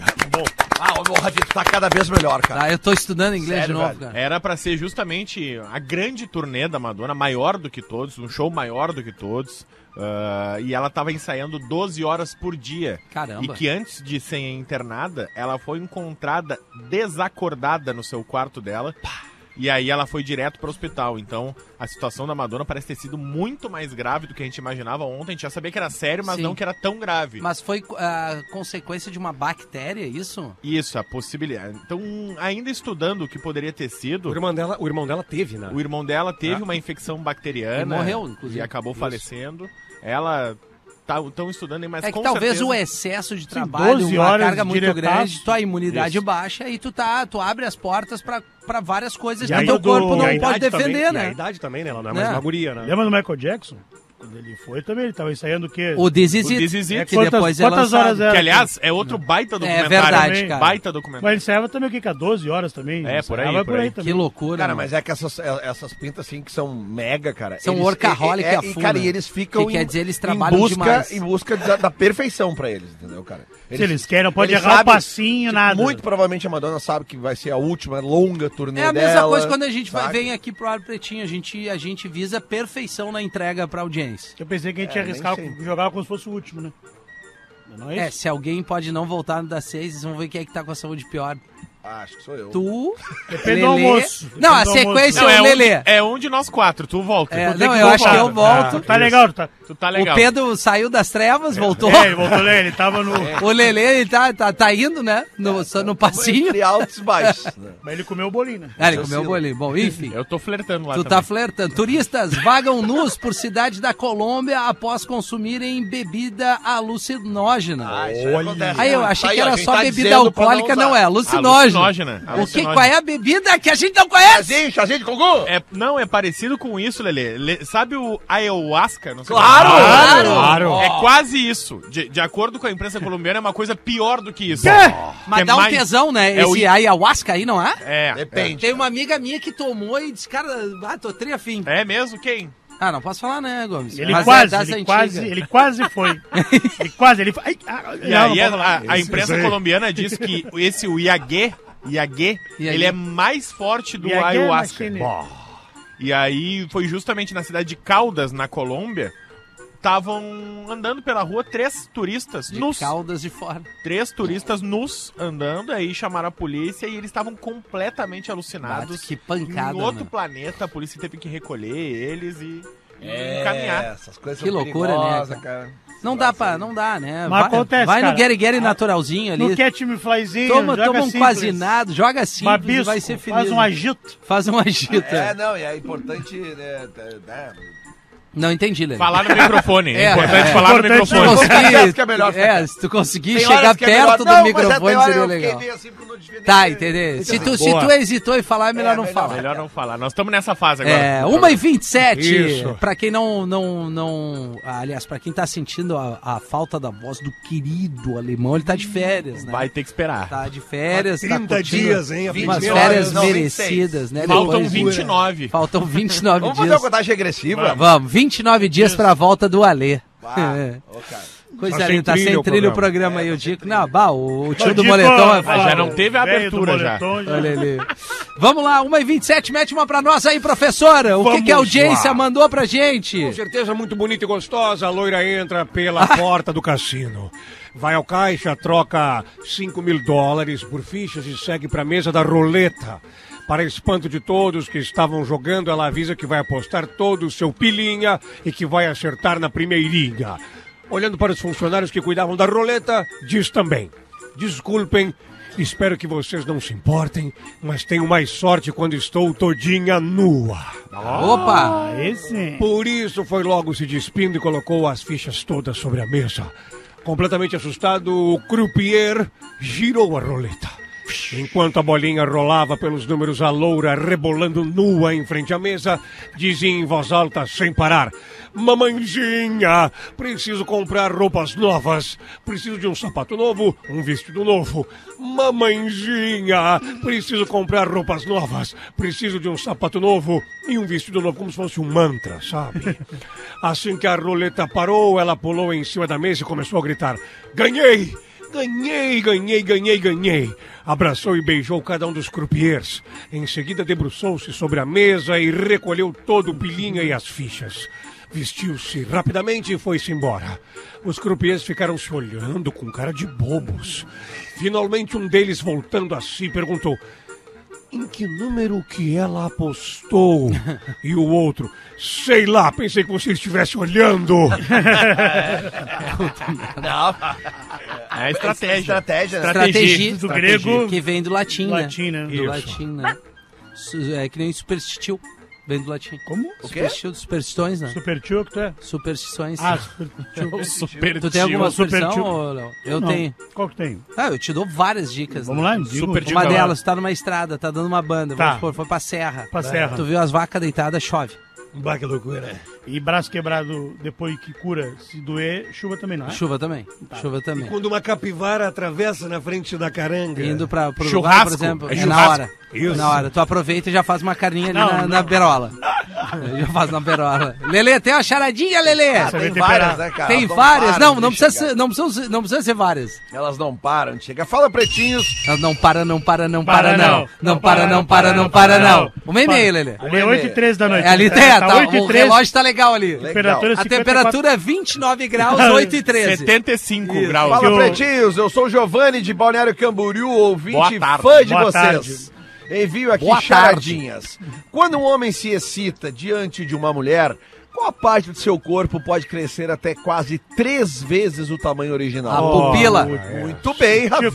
S6: Ah, o meu radinho tá cada vez melhor, cara.
S4: Tá, eu tô estudando inglês
S6: Sério,
S4: de novo,
S6: velho?
S4: cara.
S8: Era pra ser justamente a grande turnê da Madonna, maior do que todos, um show maior do que todos. ah, e ela tava ensaiando 12 horas por dia.
S4: Caramba.
S8: E que antes de ser internada, ela foi encontrada desacordada no seu quarto dela. E aí ela foi direto pro hospital. Então a situação da Madonna parece ter sido muito mais grave do que a gente imaginava ontem. A gente já sabia que era sério, mas
S4: Sim.
S8: não que era tão grave.
S4: Mas foi a consequência de uma bactéria, é isso?
S8: Isso, a possibilidade. Então, ainda estudando o que poderia ter sido.
S7: O irmão dela, o irmão dela teve, né?
S8: O irmão dela teve
S7: Ah.
S8: uma infecção bacteriana.
S4: E morreu, inclusive.
S8: E acabou falecendo. Ela. Estão estudando aí, mas
S4: É que
S8: com
S4: talvez
S8: certeza-
S4: o excesso de trabalho,
S5: 12
S4: uma
S5: horas
S4: carga muito
S5: diretaço.
S4: grande, tua imunidade
S7: Isso.
S4: baixa e tu tá, tu abre as portas pra, pra várias coisas
S5: E
S4: que
S5: aí
S4: teu
S5: o do-
S4: corpo
S5: e
S4: não
S5: a
S4: pode defender,
S7: também, e A
S4: né?
S7: idade também, né? Ela não é
S4: Né?
S7: mais uma guria, né?
S5: Lembra do Michael Jackson? Quando ele foi também, ele tava ensaiando o quê?
S4: O Dizizit,
S8: O This Is It.
S4: que
S5: Quantas-
S4: depois é
S5: quantas
S4: lançado.
S5: horas é?
S8: Que, aliás, é outro baita documentário.
S4: verdade,
S8: também.
S4: cara.
S8: Baita
S5: Mas
S8: documentário.
S5: ele ensaiava também o quê? Que a 12 horas também?
S8: É, por aí,
S5: Ensaiava
S8: por aí.
S4: Que
S5: também.
S4: loucura, né?
S6: Cara,
S4: mano.
S6: mas é que essas, é- essas pintas, assim, que são mega, cara.
S4: São
S6: eles-
S4: workaholic
S6: é- é-
S4: a
S6: e,
S4: fundo.
S6: cara, e eles ficam
S4: Que quer
S6: em-
S4: dizer, eles
S6: em
S4: trabalham
S6: busca-
S4: demais.
S6: Em busca da, da perfeição pra eles, entendeu, cara?
S5: Se eles querem, não pode
S6: eles
S5: errar o
S6: sabem-
S5: passinho, nada.
S6: Muito provavelmente a Madonna sabe que vai ser a última longa turnê
S4: É a
S6: dela.
S4: mesma coisa quando a gente vai,
S6: saca?
S4: vem aqui pro Ar Pretinho, a gente, a gente visa perfeição na entrega pra audiência.
S5: Eu pensei que a gente ia
S6: É,
S5: arriscar,
S6: nem sei.
S5: jogava como se fosse o último, né? Mas não é
S4: É,
S5: isso.
S4: se alguém pode não voltar no das seis, vocês vão ver quem é que tá com a saúde pior.
S6: Ah, Acho que sou eu.
S4: Tu.
S5: Depende do almoço. Depende
S4: Não, a
S5: do almoço.
S4: sequência
S8: Não,
S4: é
S8: é,
S4: o
S8: um
S4: Lelê.
S8: de, é um de nós quatro. Tu volta.
S4: É,
S8: tu tem
S4: não,
S8: que
S4: eu acho que
S8: voltar.
S4: eu volto.
S5: Tá legal, tu tá.
S8: Tu tá
S4: o
S8: legal.
S4: Pedro saiu das trevas, voltou.
S5: É, ele voltou né? ele tava no.
S4: O Lelê, ele tá, tá, tá indo, né? No,
S6: tá.
S4: só no passinho.
S6: Entre altos e baixos. né?
S5: Mas ele comeu o bolinho, né?
S4: Ah, ele comeu o bolinho. Bom, enfim.
S8: Eu tô flertando lá
S4: Tu
S8: também.
S4: tá flertando. Turistas vagam nus por cidade da Colômbia após consumirem bebida alucinógena.
S6: Ah, isso aí acontece.
S4: Aí eu achei
S6: Tá
S4: que
S6: ó,
S4: era
S6: quem
S4: só
S6: tá
S4: bebida
S6: dizendo pra
S4: alcoólica, não,
S6: usar.
S4: é alucinógena.
S8: Alucinógena,
S4: O que
S8: alucinógena.
S4: qual é a bebida que a gente não conhece?
S6: Chazinho, chazinho de cogum?
S8: É, não, é parecido com isso, Lelê. Le- sabe o ayahuasca? Não sei
S6: Claro!
S8: como é.
S6: Claro!
S8: É quase isso. De, de acordo com a imprensa colombiana, é uma coisa pior do que isso.
S4: Mas
S8: É
S4: dá um
S8: mais-
S4: tesão, né?
S8: é o
S4: Esse
S8: i-
S4: ayahuasca aí, não é?
S8: É.
S6: Depende.
S4: Tem uma amiga minha que tomou e disse, cara, ah, tô tri afim.
S8: É mesmo? Quem?
S4: Ah, não posso falar, né, Gomes?
S5: Ele
S4: Mas é
S5: quase,
S4: das
S5: ele
S4: antigas.
S5: quase, ele quase foi. ele quase, ele foi. Ai, ah, não,
S8: E aí
S5: não
S8: a,
S5: vou falar.
S8: a- a imprensa colombiana diz que esse o Iagué, Iagué,
S4: Iagué.
S8: ele é mais forte do
S5: E aqui é
S8: ayahuasca.
S5: machine.
S8: E aí foi justamente na cidade de Caldas, na Colômbia, estavam andando pela rua três turistas
S4: De
S8: nus.
S4: Caldas de fora.
S8: Três turistas nus andando, aí chamaram a polícia e eles estavam completamente alucinados.
S4: Bate, que pancada,
S8: Em outro
S4: mano.
S8: planeta, a polícia teve que recolher eles e
S6: É.
S8: e
S5: É,
S8: encaminhar.
S6: essas coisas
S4: Que
S6: são
S4: loucura, né,
S6: perigosas,
S4: cara?
S6: cara.
S4: Não dá pra, não dá, né?
S5: Mas
S4: vai
S5: acontece,
S4: vai no
S5: cara. Ah,
S4: Gary Gary naturalzinho ali.
S5: No catch me flyzinho,
S4: Toma,
S5: joga
S4: toma um
S5: simples.
S4: quasinado, joga simples e
S5: Babisco,
S4: vai ser feliz.
S5: faz um
S4: né?
S5: agito.
S4: Faz um agito.
S6: É, não, e é importante, né, t- né,
S4: Não entendi, Lele.
S8: Falar no microfone. É,
S4: É,
S8: importante
S4: é.
S8: falar
S5: Importante
S8: no
S4: Se tu
S8: microfone.
S4: conseguir,
S6: Confesso que é melhor ficar
S4: é, se tu conseguir
S6: Tem
S4: chegar
S6: horas que é melhor-
S4: perto do
S6: Não, mas até tem
S4: microfone
S6: hora
S4: seria
S6: eu fiquei
S4: legal.
S6: meio assim pra não desviar
S4: Tá,
S6: nem-
S4: entendeu? Se tu,
S5: Boa.
S4: se tu hesitou em falar, é melhor
S6: É,
S4: não
S6: melhor
S4: falar.
S8: Melhor não falar. Nós estamos nessa fase agora.
S4: É, 1h27.
S7: Isso.
S4: Pra quem não. não, não ah, aliás, pra quem tá sentindo a, a falta da voz do querido alemão, ele tá de férias, né?
S8: Vai ter que esperar.
S4: Tá de férias, tá
S7: 30
S4: curtindo
S7: dias, hein? A
S4: Umas
S7: primeira-
S4: férias
S6: Não, 26.
S4: merecidas, né?
S8: Faltam
S4: Depois de-
S8: 29.
S4: Faltam 29
S6: Vamos fazer uma
S4: dias.
S6: contagem regressiva?
S4: Vamos, 29 dias pra volta do Alê.
S6: Ah, ô, cara.
S4: Coisa
S7: Tá
S4: linda, tá
S7: sem
S4: sem
S7: trilha o
S4: trilha o programa aí, o Dico. Não, bah, o, o tio do moletom é
S5: Dico,
S7: ah,
S4: foda.
S8: já não teve a
S5: Velho do
S8: abertura já.
S5: moletom, já.
S4: Olha ele. Vamos lá, 1h27, mete uma pra nós aí, professora. O que,
S7: Vamos
S4: que a audiência
S7: lá.
S4: mandou pra gente?
S7: Com certeza, muito bonita e gostosa, a loira entra pela porta do cassino. Vai ao caixa, troca 5 mil dólares por fichas e segue para a mesa da roleta. Para espanto de todos que estavam jogando, ela avisa que vai apostar todo o seu pilinha e que vai acertar na primeirinha. Olhando para os funcionários que cuidavam da roleta, diz também: Desculpem, espero que vocês não se importem, mas tenho mais sorte quando estou todinha nua.
S5: Ah,
S4: Opa!
S5: Aí sim.
S7: Por isso foi logo se despindo e colocou as fichas todas sobre a mesa. Completamente assustado, o croupier girou a roleta. Enquanto a bolinha rolava pelos números, a loura, rebolando nua em frente à mesa, dizia em voz alta, sem parar: Mamãezinha, preciso comprar roupas novas. Preciso de um sapato novo, um vestido novo. Mamãezinha, preciso comprar roupas novas. Preciso de um sapato novo e um vestido novo, como se fosse um mantra, sabe? Assim que a roleta parou, ela pulou em cima da mesa e começou a gritar: Ganhei! Ganhei, ganhei, ganhei, ganhei. Abraçou e beijou cada um dos croupiers. Em seguida, debruçou-se sobre a mesa e recolheu todo o pilinha e as fichas. Vestiu-se rapidamente e foi-se embora. Os croupiers ficaram se olhando com cara de bobos. Finalmente, um deles, voltando a si, perguntou: Em que número que ela apostou? E o outro: Sei lá, pensei que você estivesse olhando.
S8: É a estratégia.
S6: Estratégia, né?
S4: Estratégia
S5: Do grego.
S4: que vem do latim, né?
S5: Latim, né?
S4: Do
S5: Isso.
S4: latim, né? Su- É que nem superstil. Vem do latim.
S5: Como?
S4: Superstil, superstições, né?
S5: Super tio que tu é?
S4: Superstições.
S5: Ah, super tio.
S8: Super
S4: tu tem alguma
S5: super
S4: superstição
S5: tio.
S4: ou não? Eu
S5: Não.
S4: tenho.
S5: Qual que tem?
S4: Ah, eu te dou várias dicas.
S5: Vamos
S4: né?
S5: lá, digo.
S4: Uma
S8: Super Diga lá.
S4: delas, tá numa estrada, tá dando uma banda.
S5: Tá.
S4: Vamos supor, foi pra serra.
S5: Pra serra.
S4: Tu viu as vacas deitadas, chove.
S7: Bah, que loucura.
S5: E braço quebrado depois que cura, se doer, chuva também não é?
S4: Chuva também. Chuva também.
S7: Quando uma capivara atravessa na frente da caranga.
S4: Indo pra, pro
S8: Churrasco.
S4: Uruguai, por exemplo,
S8: É
S4: é, na
S8: churrasco.
S4: hora.
S7: Isso.
S4: Na hora. Tu aproveita e já faz uma carninha ali
S5: Não,
S4: na,
S5: não.
S4: na berola. já faz na berola. Lelê, tem uma charadinha, Lelê!
S6: Ah, tem
S5: Saber
S6: várias,
S5: temperar.
S6: né, cara?
S4: tem
S6: Elas
S4: várias.
S6: param
S4: Não,
S6: de
S4: não precisa,
S6: chegar.
S4: ser, não, precisa, ser- não precisa ser várias.
S6: Elas não param de chegar. Fala, pretinhos.
S4: Elas Não para, não para, não para,
S5: Para,
S4: não.
S5: não.
S4: Não para, não para, não para, não. Uma e meia,
S5: Para.
S4: Lelê.
S5: Ali é 8 e 13 da noite.
S4: É, ali tem, tá, o
S5: 13,
S4: relógio tá legal ali.
S5: temperatura
S4: A
S5: 54.
S4: temperatura é 29 graus, 8 e 13.
S8: 75
S4: Isso.
S8: graus.
S6: Fala,
S5: eu-
S6: pretinhos. Eu sou o Giovanni de Balneário Camboriú, ouvinte
S8: Boa
S6: e
S8: tarde.
S6: fã de
S5: Boa
S6: vocês. Envio aqui
S4: Boa
S6: charadinhas. Quando um homem se excita diante de uma mulher, qual parte do seu corpo pode crescer até quase três vezes o tamanho
S4: A
S6: original?
S4: pupila.
S8: É.
S6: Muito bem, Rafinha.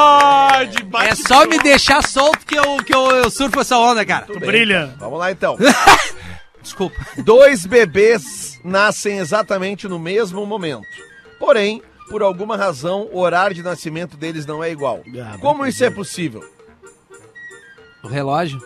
S8: Pode!
S4: É
S8: Bate
S4: só me deixar solto que eu, que eu, eu surfo essa onda, cara.
S6: Muito bem.
S5: Brilha.
S6: Vamos lá, então.
S4: Desculpa.
S6: Dois bebês nascem exatamente no mesmo momento. Porém, por alguma razão, o horário de nascimento deles não é igual.
S8: Ah,
S6: Como isso é possível?
S4: O relógio?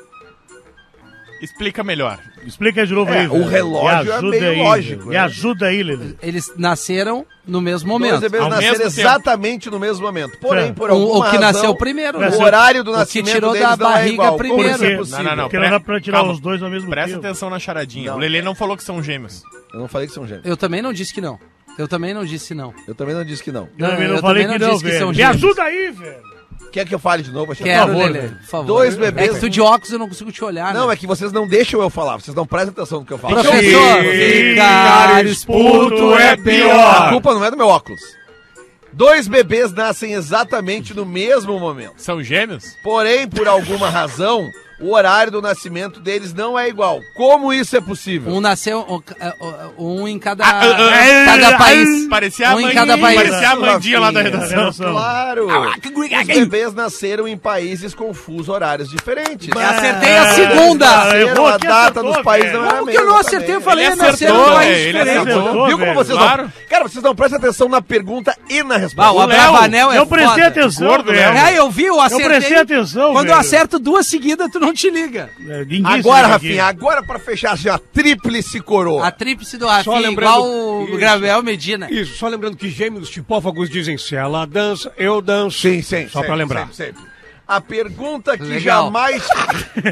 S8: Explica melhor.
S5: Explica de novo
S6: É,
S5: aí.
S6: o
S5: Lelê.
S6: relógio
S5: Me
S6: é
S5: ajuda
S6: meio
S5: aí,
S6: lógico,
S5: Lelê. Me
S6: né?
S5: ajuda aí, Lelê.
S4: Eles nasceram no mesmo
S6: Os
S4: momento.
S6: bebês
S8: Ao
S6: nasceram
S8: mesmo tempo.
S6: exatamente no mesmo momento. Porém,
S5: É.
S6: por
S4: O-
S6: alguma
S4: o que
S6: razão,
S4: nasceu primeiro, né?
S6: O horário do
S4: O que
S6: nascimento
S4: tirou
S6: deles
S4: da
S6: não é
S4: barriga
S6: igual. Como
S4: primeiro.
S6: isso é
S5: Porque,
S6: possível?
S8: Não, não, não.
S5: porque não dá pra tirar
S8: calma.
S5: os dois ao mesmo
S8: Presta
S5: tempo.
S8: atenção na charadinha.
S6: Não.
S8: O Lelê não falou que são gêmeos.
S6: Eu não falei que são gêmeos.
S4: Eu também não disse que não. Eu também não disse não.
S6: Eu também não disse que não.
S5: Eu também não
S4: eu
S5: falei
S4: também
S5: que
S4: não
S5: não,
S4: disse que
S5: velho.
S4: são
S5: Me
S4: gêmeos.
S5: ajuda aí, velho.
S6: Quer que eu fale de novo? Alexandre?
S4: Quero,
S5: favor,
S4: Lelê,
S5: velho.
S4: por favor.
S6: Dois
S4: É
S6: bebês.
S4: que tu de óculos eu não consigo te olhar,
S6: Não,
S4: né?
S6: é que vocês não deixam eu falar. Vocês não prestam atenção no que eu assim, falo.
S4: Professor,
S7: Sim,
S4: Vigários
S7: puto é
S6: A
S7: pior.
S6: culpa não é do meu óculos. Dois bebês nascem exatamente no mesmo momento.
S8: São gêmeos?
S6: Porém, por alguma razão, o horário do nascimento deles não é igual. Como isso é possível?
S4: Um nasceu, um, ca- um em cada,
S8: Ah, ah, ah,
S4: cada
S8: ah,
S4: país.
S8: Parecia a
S4: um em
S8: Mandinha-
S4: cada país. Ah,
S8: Parecia a Mandinha lá da
S6: Rafinha.
S8: redação.
S6: Claro! Os
S4: é
S6: bebês nasceram em países com fuso horários diferentes.
S4: Acertei a segunda!
S5: Ah, errou
S6: Nasceram, a
S5: aqui,
S6: data né?
S5: acertou,
S6: dos países
S5: velho.
S6: não era a
S4: Como que eu não
S6: mesma
S4: acertei? Eu
S6: também.
S4: falei,
S8: Ele
S4: nasceram
S8: acertou,
S4: em país
S8: velho, ele
S4: diferente.
S8: acertou.
S6: é, Viu como
S5: velho,
S6: vocês
S8: claro.
S6: não... Cara, vocês não prestam atenção na pergunta e na
S4: Bah, o
S6: resposta.
S8: Léo,
S4: Abravanel é
S5: Eu prestei
S4: foda.
S5: atenção,
S8: Gordo,
S5: velho.
S4: É, eu vi, eu acertei.
S5: prestei atenção,
S4: Quando eu
S5: velho.
S4: acerto duas seguidas, tu não te liga.
S5: É, ninguém
S6: Agora,
S5: se liga aqui.
S6: Rafinha, agora pra fechar assim, ó, tríplice coroa.
S4: A tríplice do Rafinha,
S7: lembrando-
S4: igual o
S7: Isso.
S4: Gravel Medina.
S7: Isso, só lembrando que gêmeos tipófagos dizem se ela dança, eu danço.
S6: Sim, sim.
S7: Só pra
S6: sempre,
S7: lembrar.
S6: sempre, sempre. A pergunta que
S4: Legal.
S6: jamais.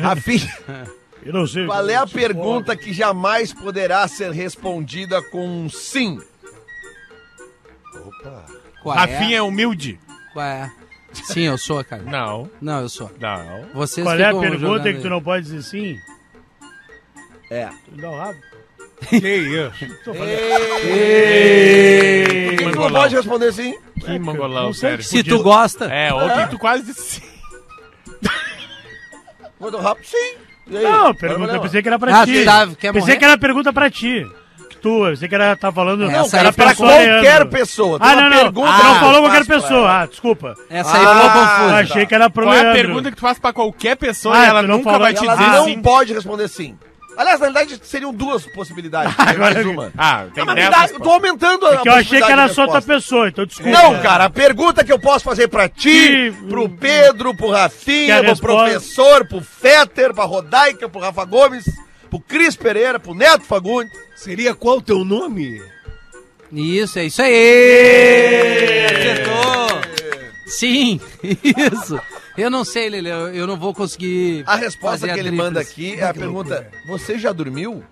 S6: Rafinha,
S5: Eu não sei.
S6: qual é a pergunta que jamais poderá ser respondida com um sim?
S4: Qual é?
S8: Rafinha é humilde?
S4: Qual é? Sim, eu sou, cara.
S8: Não.
S4: Não, eu sou.
S8: Não.
S4: Vocês
S5: Qual é a
S4: ficam jogando
S5: pergunta que
S4: aí.
S5: tu não pode dizer sim?
S6: É.
S5: Tu dá o rabo.
S7: Que isso.
S5: Tô fazendo-
S6: Por que tu não
S8: Mangolão.
S6: pode responder sim?
S8: Que mangolão,
S5: não sei.
S8: sério.
S4: Se tu gosta,
S8: É, ontem tu quase disse sim.
S6: Manda um rápido sim. E aí?
S5: Não,
S6: Bora,
S5: pergunta,
S6: Manel?
S5: eu pensei que era pra
S4: Ah,
S5: ti.
S4: tu tá- quer morrer?
S5: pensei que era pergunta pra ti. Que tu, eu pensei que era, tá falando...
S4: Não,
S5: Essa
S4: cara,
S5: era
S4: pra
S6: Pra
S5: pessoa
S6: qualquer
S5: Leandro.
S6: pessoa. Tem
S5: Ah,
S6: uma
S5: não, não.
S6: pergunta
S5: Ah,
S6: que
S5: não falou
S6: eu
S5: qualquer
S6: faço pra
S5: pessoa.
S6: ela.
S5: Ah, desculpa.
S4: essa aí ficou
S6: Ah,
S4: confusa.
S5: Eu
S6: tá.
S5: achei que era pro
S8: Qual é a
S5: Leandro.
S8: pergunta que tu faz pra qualquer pessoa
S5: Ah,
S8: e ela
S5: tu não
S8: nunca
S5: falou
S8: vai
S5: que
S8: te
S6: Ela
S8: dizer
S6: não
S8: sim?
S6: pode responder sim. Aliás, na verdade, seriam duas possibilidades.
S5: Agora- É
S6: mais uma.
S8: Ah,
S6: Não,
S8: tem
S6: mas me dá-
S8: dez.
S6: eu tô aumentando a
S5: Que eu achei que
S6: possibilidade
S5: era
S6: de
S5: só outra
S6: resposta.
S5: pessoa, então desculpa.
S6: Não, cara, a pergunta que eu posso fazer pra ti,
S5: Sim.
S6: pro Pedro, pro
S5: Que
S6: Rafinha,
S5: a
S6: pro
S5: resposta-
S6: professor, pro Fetter, pra Rodaica, pro Rafa Gomes, pro Cris Pereira, pro Neto Fagundes.
S7: Seria qual o teu nome?
S4: Isso, é isso aí! Oh. Acertou! Sim, isso. Eu não sei, Lele, eu eu não vou conseguir.
S6: A resposta
S4: fazer
S6: que ele
S4: tríplice.
S6: manda aqui é a pergunta: Você já dormiu?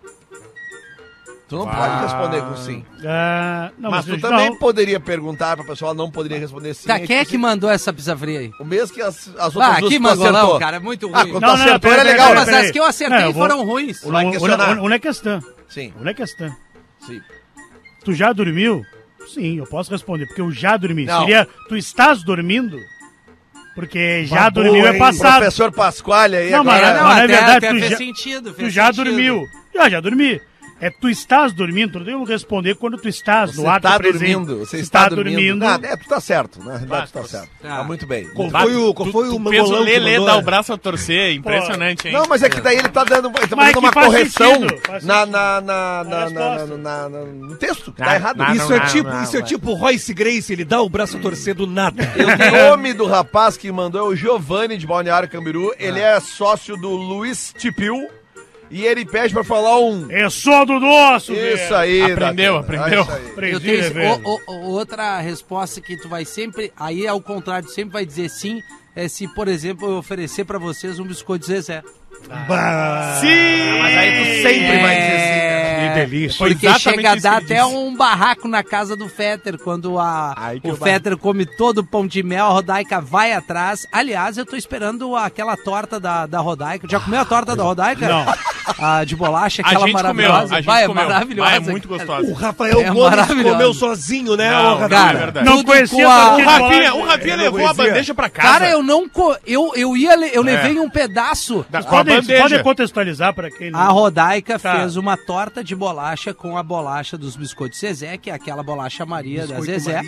S6: Tu não pode responder com sim.
S5: Ah, não,
S6: Mas
S5: mas,
S6: tu
S5: não.
S6: também poderia perguntar pra pessoa, ela não poderia responder sim.
S4: Tá,
S6: aí
S4: quem é
S6: tu-
S4: que mandou essa pisafria aí?
S6: O mesmo que as, as outras
S4: Ah,
S6: duas
S4: que
S6: tu
S4: mangolão,
S6: acertou.
S4: cara, é muito
S6: Ah,
S4: ruim.
S6: quando
S5: Não,
S6: tu
S5: não,
S6: acertou
S5: pera,
S6: é
S5: pera,
S6: legal,
S4: Não,
S5: pera,
S4: mas
S6: mas...
S5: pera.
S4: as que eu acertei
S5: Não, eu vou-
S4: foram ruins.
S6: Vai questionar.
S5: Onde é questão?
S6: Sim,
S5: Onde é questão?
S6: sim.
S5: Tu já dormiu? Sim, eu posso responder, porque eu já dormi.
S6: Não.
S5: Seria, tu estás dormindo? Porque já
S7: boa,
S5: dormiu é
S7: hein?
S5: passado.
S6: Professor Pasquale aí
S5: Não, mas
S6: agora...
S5: é não, na verdade, tu
S4: fez
S5: já-
S4: sentido.
S5: Tu
S4: fez
S5: já
S4: sentido.
S5: dormiu. Eu já dormi. É tu estás dormindo, tu não tem como responder quando tu estás
S6: Você
S5: no ato
S6: está
S5: presente. tá
S6: dormindo, você
S5: Se
S6: está, dormindo. Ah, é, tu tá certo, na
S8: Ah,
S6: realidade tu tá
S8: tá
S6: certo.
S4: certo.
S6: Tá muito bem.
S7: Qual foi o, qual
S8: Tu-
S7: foi o
S4: um
S8: tu fez o
S7: mangolão que
S8: Lelê
S7: mandou?
S8: dar o braço a torcer, impressionante, hein?
S6: Não, mas é que daí ele tá dando, ele tá
S5: Mas
S6: fazendo
S5: que
S6: uma
S5: faz
S6: correção
S5: sentido, faz
S6: na,
S5: sentido.
S6: na, na, na,
S5: Na
S6: na-
S5: resposta.
S6: na- na- no texto, que
S8: Na-
S6: tá errado.
S8: na-
S6: Isso
S7: Isso é
S8: não,
S7: tipo,
S8: não,
S7: isso é
S8: não.
S7: tipo Royce Grace, ele dá o braço torcido nada.
S6: O nome do rapaz que mandou é o Giovanni de Balneário Camboriú. Ele é sócio do Luiz Tipil. E ele pede pra falar um.
S5: É só do nosso,
S6: Isso
S5: velho.
S6: aí, Datena,
S8: Aprendeu, aprendeu.
S6: isso aí.
S4: Eu
S5: Aprendi,
S4: tenho
S5: né,
S4: esse-
S5: velho?
S4: o- o- outra resposta que tu vai sempre, aí ao contrário, tu sempre vai dizer sim, é se, por exemplo, eu oferecer pra vocês um biscoito Zezé.
S8: Ah, Sim!
S6: Mas aí tu sempre vai dizer
S4: É,
S7: Que delícia.
S8: né? Foi
S4: Porque
S8: exatamente
S4: chega a
S8: isso que
S4: dar
S8: ele
S4: até
S8: disse.
S4: um barraco na casa do Fetter, quando a,
S8: Ai, que
S4: o
S8: barraco.
S4: Fetter come todo o pão de mel, a Rodaica vai atrás. Aliás, eu tô esperando aquela torta da, da Rodaica. Já comeu a torta da Rodaica?
S5: Não.
S4: A de bolacha,
S8: A
S4: aquela
S8: gente comeu,
S4: maravilhosa.
S8: a gente
S4: vai,
S8: comeu.
S4: é maravilhosa.
S8: Vai, é muito
S4: cara.
S8: gostosa.
S7: O Rafael
S4: É
S7: Gomes
S4: maravilhoso.
S7: comeu sozinho, né?
S8: Não,
S7: ô, Rafael?
S8: não, é
S4: Cara,
S8: verdade.
S5: Não
S4: tudo
S5: conhecia
S4: com a-
S5: a
S8: O
S5: tortilha de
S8: Rafinha,
S5: bolacha.
S8: o Rafinha
S7: Eu não
S8: levou a
S7: conhecia.
S8: bandeja pra casa.
S4: Cara, eu não. co- Eu, eu ia. le- Eu levei um pedaço.
S8: É. Da- com a
S5: Podem,
S8: bandeja.
S5: podem contextualizar pra quem
S4: A Rodaica
S5: Tá.
S4: fez uma torta de bolacha com a bolacha dos biscoitos Zezé, que é aquela bolacha Maria da Zezé.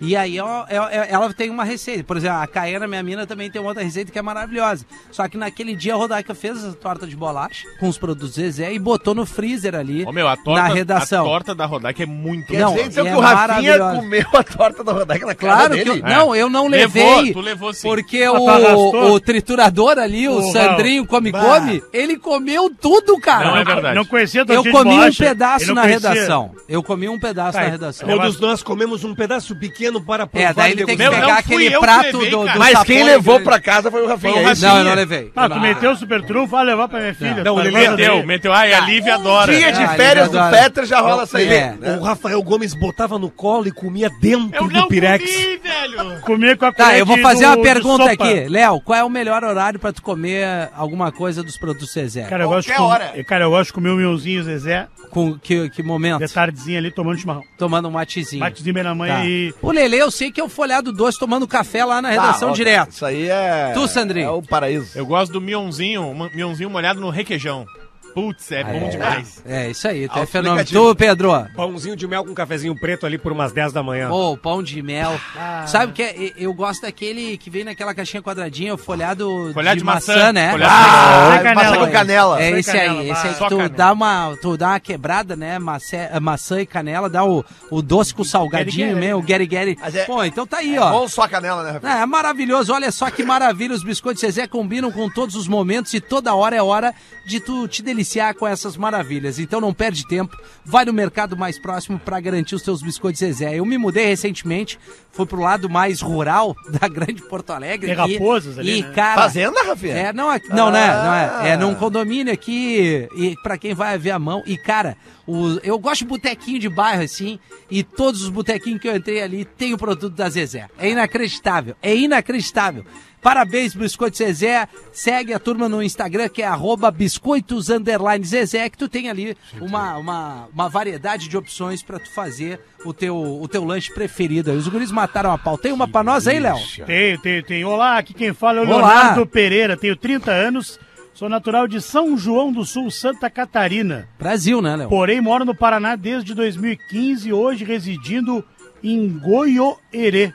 S4: E aí ó, é- é- ela tem uma receita. Por exemplo, a Caena, minha mina, também tem outra receita que é maravilhosa. Só que naquele dia a Rodaica fez essa torta de bolacha com os produtos Zezé e botou no freezer ali
S8: Ô, meu, a torta,
S4: na redação.
S8: a torta da Rodaica é muito
S4: Não,
S8: boa.
S6: Quer dizer, então,
S4: e
S6: que
S4: é
S6: o Rafinha
S4: maravilhosa.
S6: comeu a torta da Rodaica na cara
S4: Claro que eu,
S6: dele?
S4: não, eu não
S8: É. Levou,
S4: levei.
S8: tu levou sim. Ah, tá,
S4: Porque
S5: tu arrastou?
S4: o, o triturador ali, o
S5: Porra.
S4: Sandrinho Come Come, ele comeu tudo, cara.
S8: Não, é verdade.
S5: Não conhecia a
S4: Eu
S5: tortinha de
S4: comi um
S5: bolacha, ele
S4: pedaço
S5: não
S4: na
S5: conhecia.
S4: redação. Eu comi um pedaço na redação.
S7: Todos nós comemos um pedaço pequeno para provar
S4: É, daí ele tem que
S8: Meu, não
S4: pegar
S8: fui
S4: aquele
S8: eu que
S4: prato
S8: levei,
S4: do, do
S8: cara.
S6: Mas quem
S4: sapone
S6: levou
S4: que-
S6: pra casa foi o Rafinha. é isso?
S4: Não, eu não levei.
S5: Ah, tu meteu o super trunfo, vai levar pra minha filha.
S7: Não,
S5: Tá
S7: ele
S5: agora
S8: Meteu,
S5: dele.
S8: meteu. Ai, a Lívia adora.
S6: Dia
S4: Ah,
S6: É de
S4: ele
S6: férias do
S4: adora.
S6: Petra já rola essa aí.
S4: É.
S6: né?
S7: O Rafael Gomes botava no colo e comia dentro
S8: Eu
S7: do
S8: não
S7: Pirex.
S8: comi, velho.
S5: Comer com a
S4: Tá,
S5: colher
S4: eu vou
S5: de-
S4: fazer
S5: do-
S4: uma
S5: do
S4: pergunta
S5: sopa.
S4: aqui. Léo, qual é o melhor horário pra tu comer alguma coisa dos produtos Cezé?
S5: Cara, eu gosto de
S6: Qualquer hora.
S5: comer, cara, eu gosto de comer o milzinho, Zezé,
S4: Com que, que momento?
S5: de tardezinha ali tomando chimarrão.
S4: Tomando um matezinho.
S5: Batezinho bem na manhã
S4: Tá.
S5: e...
S4: O Lele, eu sei que é o folhado doce tomando café lá na redação
S6: Ah, ó,
S4: direto.
S6: Isso aí é.
S4: Tu, Sandrinho?
S6: É o paraíso.
S8: Eu gosto do mionzinho, um mionzinho molhado no requeijão. Putz, é bom
S4: é.
S8: demais.
S4: É, isso aí, tu é
S6: Auto-explicativo.
S4: fenômeno. Tu, Pedro?
S7: Pãozinho de mel com cafezinho preto ali por umas 10 da manhã.
S4: Ou pão de mel.
S6: Ah.
S4: Sabe o que é? E- Eu gosto daquele que vem naquela caixinha quadradinha, o folhado,
S8: Folhado
S4: de,
S8: de
S4: maçã,
S8: maçã,
S4: né?
S8: folhado de
S5: Ah,
S6: Ah,
S5: sem canela.
S6: passa com canela.
S4: É
S5: Só
S4: esse
S5: canela,
S4: aí,
S5: vai.
S4: esse aí que
S8: Só
S4: tu
S8: canela.
S4: dá, uma, tu dá uma quebrada, né? Macé- eh, maçã e canela, dá o, o doce com o salgadinho
S5: Gueri-gueri.
S4: mesmo, o Gary Gary.
S6: Mas é-
S4: Pô, então tá aí,
S6: É
S4: ó.
S6: Bom só a canela, né, Rafinha?
S4: É, é maravilhoso, olha só que maravilha. Os biscoitos Zezé combinam com todos os momentos e toda hora é hora de tu te deliciar com essas maravilhas. Então não perde tempo, vai no mercado mais próximo pra garantir os teus biscoitos Zezé. Eu me mudei recentemente, fui pro lado mais rural da grande Porto Alegre.
S5: Tem
S4: aqui,
S5: raposas ali,
S4: e,
S5: né?
S4: cara,
S6: Fazenda, Rafinha?
S4: é, não, aqui- não, né? Não é, é
S6: Ah.
S4: num condomínio aqui, e pra quem vai ver a mão. E, cara, o- eu gosto de botequinho de bairro, assim, e todos os botequinhos que eu entrei ali tem o produto da Zezé. É inacreditável, é inacreditável. Parabéns, Biscoito Zezé. Segue a turma no Instagram, que é arroba biscoitos underline Zezé, que tu tem ali uma, uma, uma variedade de opções pra tu fazer o teu, o teu lanche preferido. Aí Os guris mataram a pau. Tem uma pra nós aí, Léo?
S5: Tem, tem, tem. Olá, aqui quem fala é o
S4: Olá.
S5: Leonardo Pereira, tenho 30 anos, sou natural de São João do Sul, Santa Catarina.
S4: Brasil, né, Léo?
S5: Porém, moro no Paraná desde 2015, hoje residindo em Goioerê.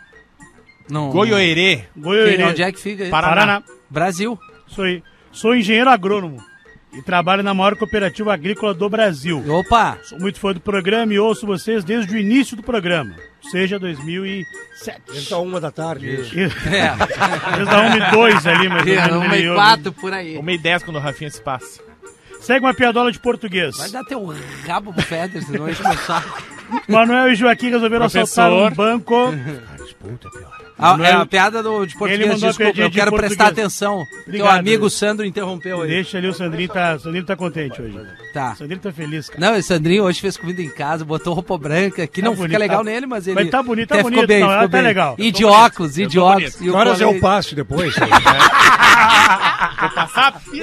S4: Não-
S8: Goioerê.
S4: Quem,
S5: Goioerê.
S4: onde é que fica?
S8: Paraná.
S5: Paraná.
S4: Brasil.
S5: Sou, sou engenheiro agrônomo e trabalho na maior cooperativa agrícola do Brasil.
S4: Opa!
S5: Sou muito fã do programa e ouço vocês desde o início do programa, seja 2007.
S7: Desde a uma da tarde. isso.
S5: Desde
S4: É,
S5: a 1 e um. 2 ali, mas...
S4: é uma e quatro por aí.
S8: Uma e dez quando o Rafinha se passa.
S5: Segue uma piadola de português.
S4: Vai dar teu rabo pro Feder, senão a gente não sabe.
S5: Manuel e Joaquim resolveram assaltar um
S8: Professor.
S5: banco.
S4: Ah,
S5: Não
S4: é
S5: é-
S4: a piada do, de
S5: Ele
S4: português,
S5: mandou a
S4: desculpa,
S5: piadinha
S4: eu
S5: de
S4: quero
S5: português.
S4: prestar atenção. Teu
S5: Obrigado.
S4: amigo Sandro interrompeu aí.
S5: Deixa ali, o Sandrinho tá, o Sandrinho tá contente hoje. O
S4: Tá.
S5: Sandrinho tá feliz, cara.
S4: Não, o Sandrinho hoje fez comida em casa, botou roupa branca, que
S5: Tá
S4: não
S5: bonito,
S4: fica legal
S5: tá-
S4: nele, mas ele.
S5: Mas tá bonito, tá
S4: até
S5: bonito, não, ela tá legal.
S4: E
S5: Eu tô
S4: de óculos, e
S8: eu
S4: de
S8: tô
S4: óculos.
S8: bonito.
S4: e o
S7: Que horas é
S4: colete.
S7: o passe depois?
S8: Passar
S4: Ei!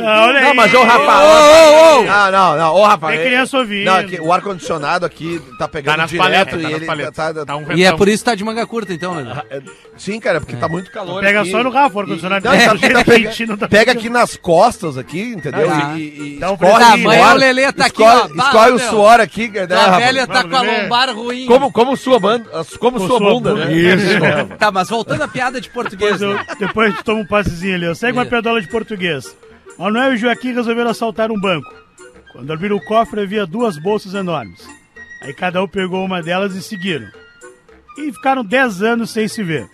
S5: Ah, olha
S6: Não,
S5: aí.
S6: mas ô, Rafa. Ô, Não, não, não. Ô, Rafa.
S5: Tem
S6: é-
S5: criança ouvindo.
S6: Não, aqui, o ar-condicionado aqui tá pegando
S8: Tá nas
S6: direto
S8: paletas,
S6: e
S8: tá nas
S6: ele
S8: paletas.
S6: tá... tá-
S8: Tá um
S4: E é
S8: ventão.
S4: por isso que tá de manga curta, então, né?
S6: é- Sim, cara, porque tá muito calor
S5: Pega
S6: aqui.
S5: só no Rafa, o ar-condicionado
S6: Não,
S5: tá
S6: tá-
S5: do jeito
S6: tá
S5: quente, não tá
S6: pega, pega aqui nas costas aqui, entendeu?
S4: Ah,
S6: E- E, e
S5: Dá um
S6: escorre,
S5: presentinho.
S6: o suor,
S4: Amanhã o Lelê tá aqui,
S6: escorre,
S4: ó. Bah,
S6: escorre o
S4: meu.
S6: suor aqui, né,
S4: A
S6: Rafa?
S4: velha tá
S5: Ah,
S4: com
S5: Vamos
S4: a
S5: ver.
S4: lombar ruim.
S6: Como, como sua banda, como sua
S5: sua
S6: bunda,
S5: bunda.
S6: né?
S7: Isso.
S4: Tá, mas voltando à piada de português.
S5: Depois, eu,
S4: né?
S5: depois a gente toma um passezinho ali. Eu segue uma
S4: É.
S5: piadola de português. Manuel e Joaquim resolveram assaltar um banco. Quando abriram o cofre, havia duas bolsas enormes. Aí cada um pegou uma delas e seguiram. E ficaram 10 anos sem se ver.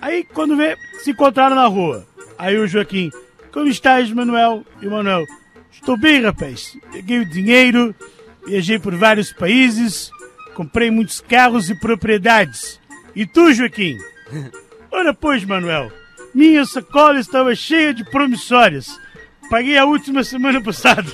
S5: Aí, quando vê, se encontraram na rua. Aí o Joaquim, como estás, Manuel? E o Manuel, estou bem, rapaz. Peguei o dinheiro, viajei por vários países, comprei muitos carros e propriedades. E tu, Joaquim? Ora, pois, Manuel, minha sacola estava cheia de promissórias. Paguei a última semana passada.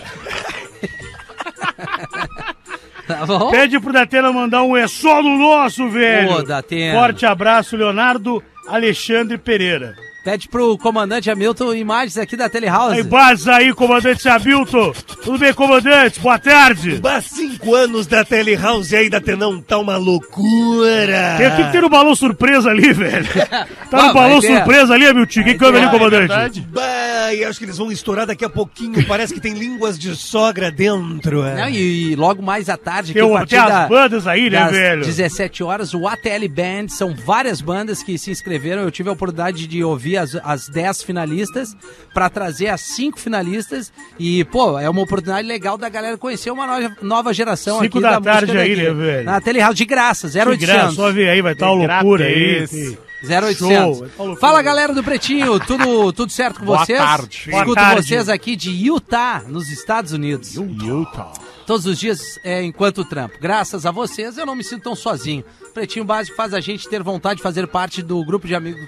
S4: Tá bom?
S5: Pede pro Datena mandar um é só no nosso, velho.
S4: Ô, Datena.
S5: Forte abraço, Leonardo Alexandre Pereira.
S4: Pede pro comandante Hamilton imagens aqui da Telehouse.
S5: Aí, base aí, comandante Sabilton. Tudo bem, comandante? Boa tarde.
S7: Bah, cinco anos da telehouse aí da Tenão tá uma loucura.
S5: Tem tem que ter um balão surpresa ali, velho. Tá
S4: Vai,
S5: no balão
S4: vai ter.
S5: surpresa ali, meu tio. O que que houve ali, comandante?
S7: Bah, e acho que eles vão estourar daqui a pouquinho. Parece que tem línguas de sogra dentro. é.
S4: Não, e, e logo mais à tarde,
S5: Tem,
S4: a
S5: o-
S4: partir
S5: tem as
S4: da-
S5: bandas aí, né,
S4: das
S5: velho?
S4: 17 horas, o ATL Band, são várias bandas que se inscreveram, eu tive a oportunidade de ouvir ouvir as, as 10 finalistas, pra trazer as cinco finalistas. E, pô, é uma oportunidade legal da galera conhecer uma nova, nova geração
S5: Cinco
S4: aqui
S5: da
S4: música
S5: tarde aí,
S4: daqui.
S5: né, velho?
S4: Na Telehouse, de graça,
S5: De é graça,
S4: 0800.
S5: só ver aí, vai estar uma loucura aí.
S8: Grátis.
S5: que-
S4: 0800.
S5: Show. é Paulo
S4: Fala
S5: Cunha.
S4: galera do Pretinho, tudo, tudo certo com
S8: Boa
S4: vocês?
S8: tarde.
S4: Escuto
S5: Boa tarde.
S4: vocês aqui de Utah, nos Estados Unidos.
S8: Utah.
S4: Todos os dias é, enquanto trampo. Graças a vocês eu não me sinto tão sozinho. Pretinho Básico faz a gente ter vontade de fazer parte do grupo de amigos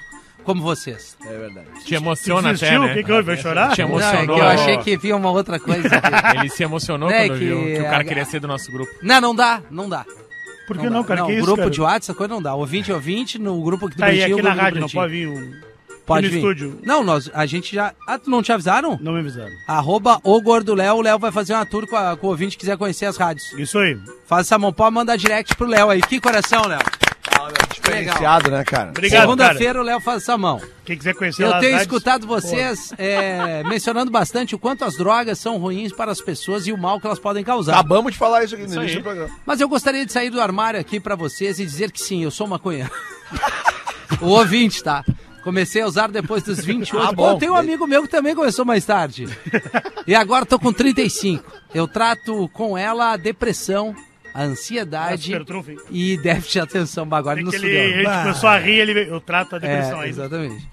S4: como vocês.
S6: É verdade.
S8: Te emociona até,
S5: Desistiu?
S8: né?
S5: O que que houve? Vai chorar?
S8: Te
S4: Não, é que
S8: emocionou.
S4: eu achei que havia uma outra coisa. aqui.
S8: Ele se emocionou
S4: É
S8: quando
S4: que
S8: viu que o cara
S4: a-
S8: queria ser do nosso grupo.
S4: não, não dá, não dá.
S5: Por que não,
S4: dá.
S5: cara? que isso,
S4: grupo
S5: cara?
S4: de WhatsApp, essa coisa não dá. Ouvinte, é ouvinte, no grupo aqui do
S5: Tá aí,
S4: Pretinho.
S5: aqui na
S4: grupo do
S5: rádio, não
S4: Pretinho.
S5: pode vir um...
S4: Pode
S5: no
S4: vir.
S5: estúdio.
S4: Não, nós, a gente já... Ah, tu não te avisaram?
S5: Não me avisaram.
S4: Arroba o Gordo Léo. O Léo vai fazer uma tour com, a, com o ouvinte que quiser conhecer as rádios.
S5: Isso aí.
S4: Faz essa mão pau, manda direct pro Léo aí. Que coração, Léo.
S6: Diferenciado, né, cara?
S5: Obrigado, cara.
S4: Segunda-feira o Léo faz essa mão.
S5: Quem quiser conhecer lá
S4: Eu
S5: as
S4: tenho
S5: rádios,
S4: escutado vocês é, mencionando bastante o quanto as drogas são ruins para as pessoas e o mal que elas podem causar.
S6: Acabamos de falar isso aqui no início do
S8: aí.
S6: programa.
S4: Mas eu gostaria de sair do armário aqui pra vocês e dizer que sim, eu sou maconheiro. o ouvinte, tá? Comecei a usar depois dos 28.
S6: Ah, bom.
S4: Pô, tem um amigo meu que também começou mais tarde. E agora tô com 35. Eu trato com ela a depressão, a
S5: Ah,
S4: ansiedade
S5: super trunfo, hein?
S4: e déficit de atenção. Bagulho
S5: É
S4: no
S5: que ele, ele começou a rir, ele... veio- Eu trato a depressão
S4: é,
S5: tá aí.
S4: exatamente.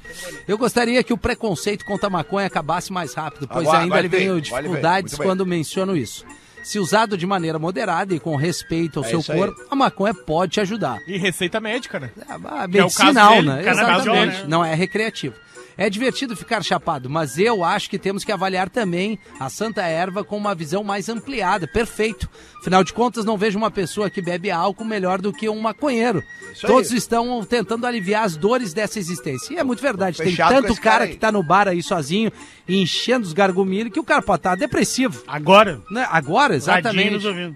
S4: Eu gostaria que o preconceito contra a maconha acabasse mais rápido, pois
S6: Agora-
S4: ainda
S6: agora ele
S4: venho
S6: veio, agora ele
S4: dificuldades
S6: veio, muito bem.
S4: quando menciono isso. Se usado de maneira moderada e com respeito ao
S6: É
S4: seu
S6: isso aí.
S4: corpo, a maconha pode te ajudar.
S8: E receita médica, né?
S4: Ah,
S8: Que é o caso
S4: medicinal,
S8: dele,
S4: né?
S8: que é o caso
S4: Exatamente.
S8: dele.
S4: Não é recreativo. É divertido ficar chapado, mas eu acho que temos que avaliar também a Santa Erva com uma visão mais ampliada. Perfeito. Afinal de contas, não vejo uma pessoa que bebe álcool melhor do que um maconheiro.
S6: Isso aí.
S4: Todos estão tentando aliviar as dores dessa existência. E é muito verdade. Tem
S6: fechado com
S4: tanto
S6: esse cara
S4: cara
S6: aí.
S4: que tá no bar aí sozinho, enchendo os gargumilhos, que o cara pode estar depressivo.
S5: Agora,
S4: Né? Agora,
S5: radinho nos
S4: exatamente.
S5: ouvindo.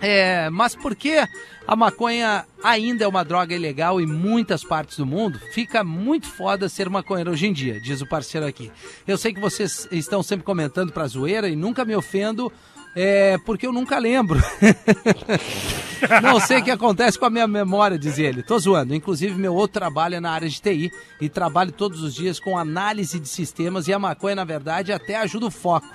S4: É, mas por que a maconha ainda é uma droga ilegal em muitas partes do mundo? Fica muito foda ser maconheiro hoje em dia, diz o parceiro aqui. Eu sei que vocês estão sempre comentando pra zoeira e nunca me ofendo, é, porque eu nunca lembro. Não sei o que acontece com a minha memória, diz ele. Tô zoando. Inclusive, meu outro trabalho é na área de TI e trabalho todos os dias com análise de sistemas e a maconha, na verdade, até ajuda o foco.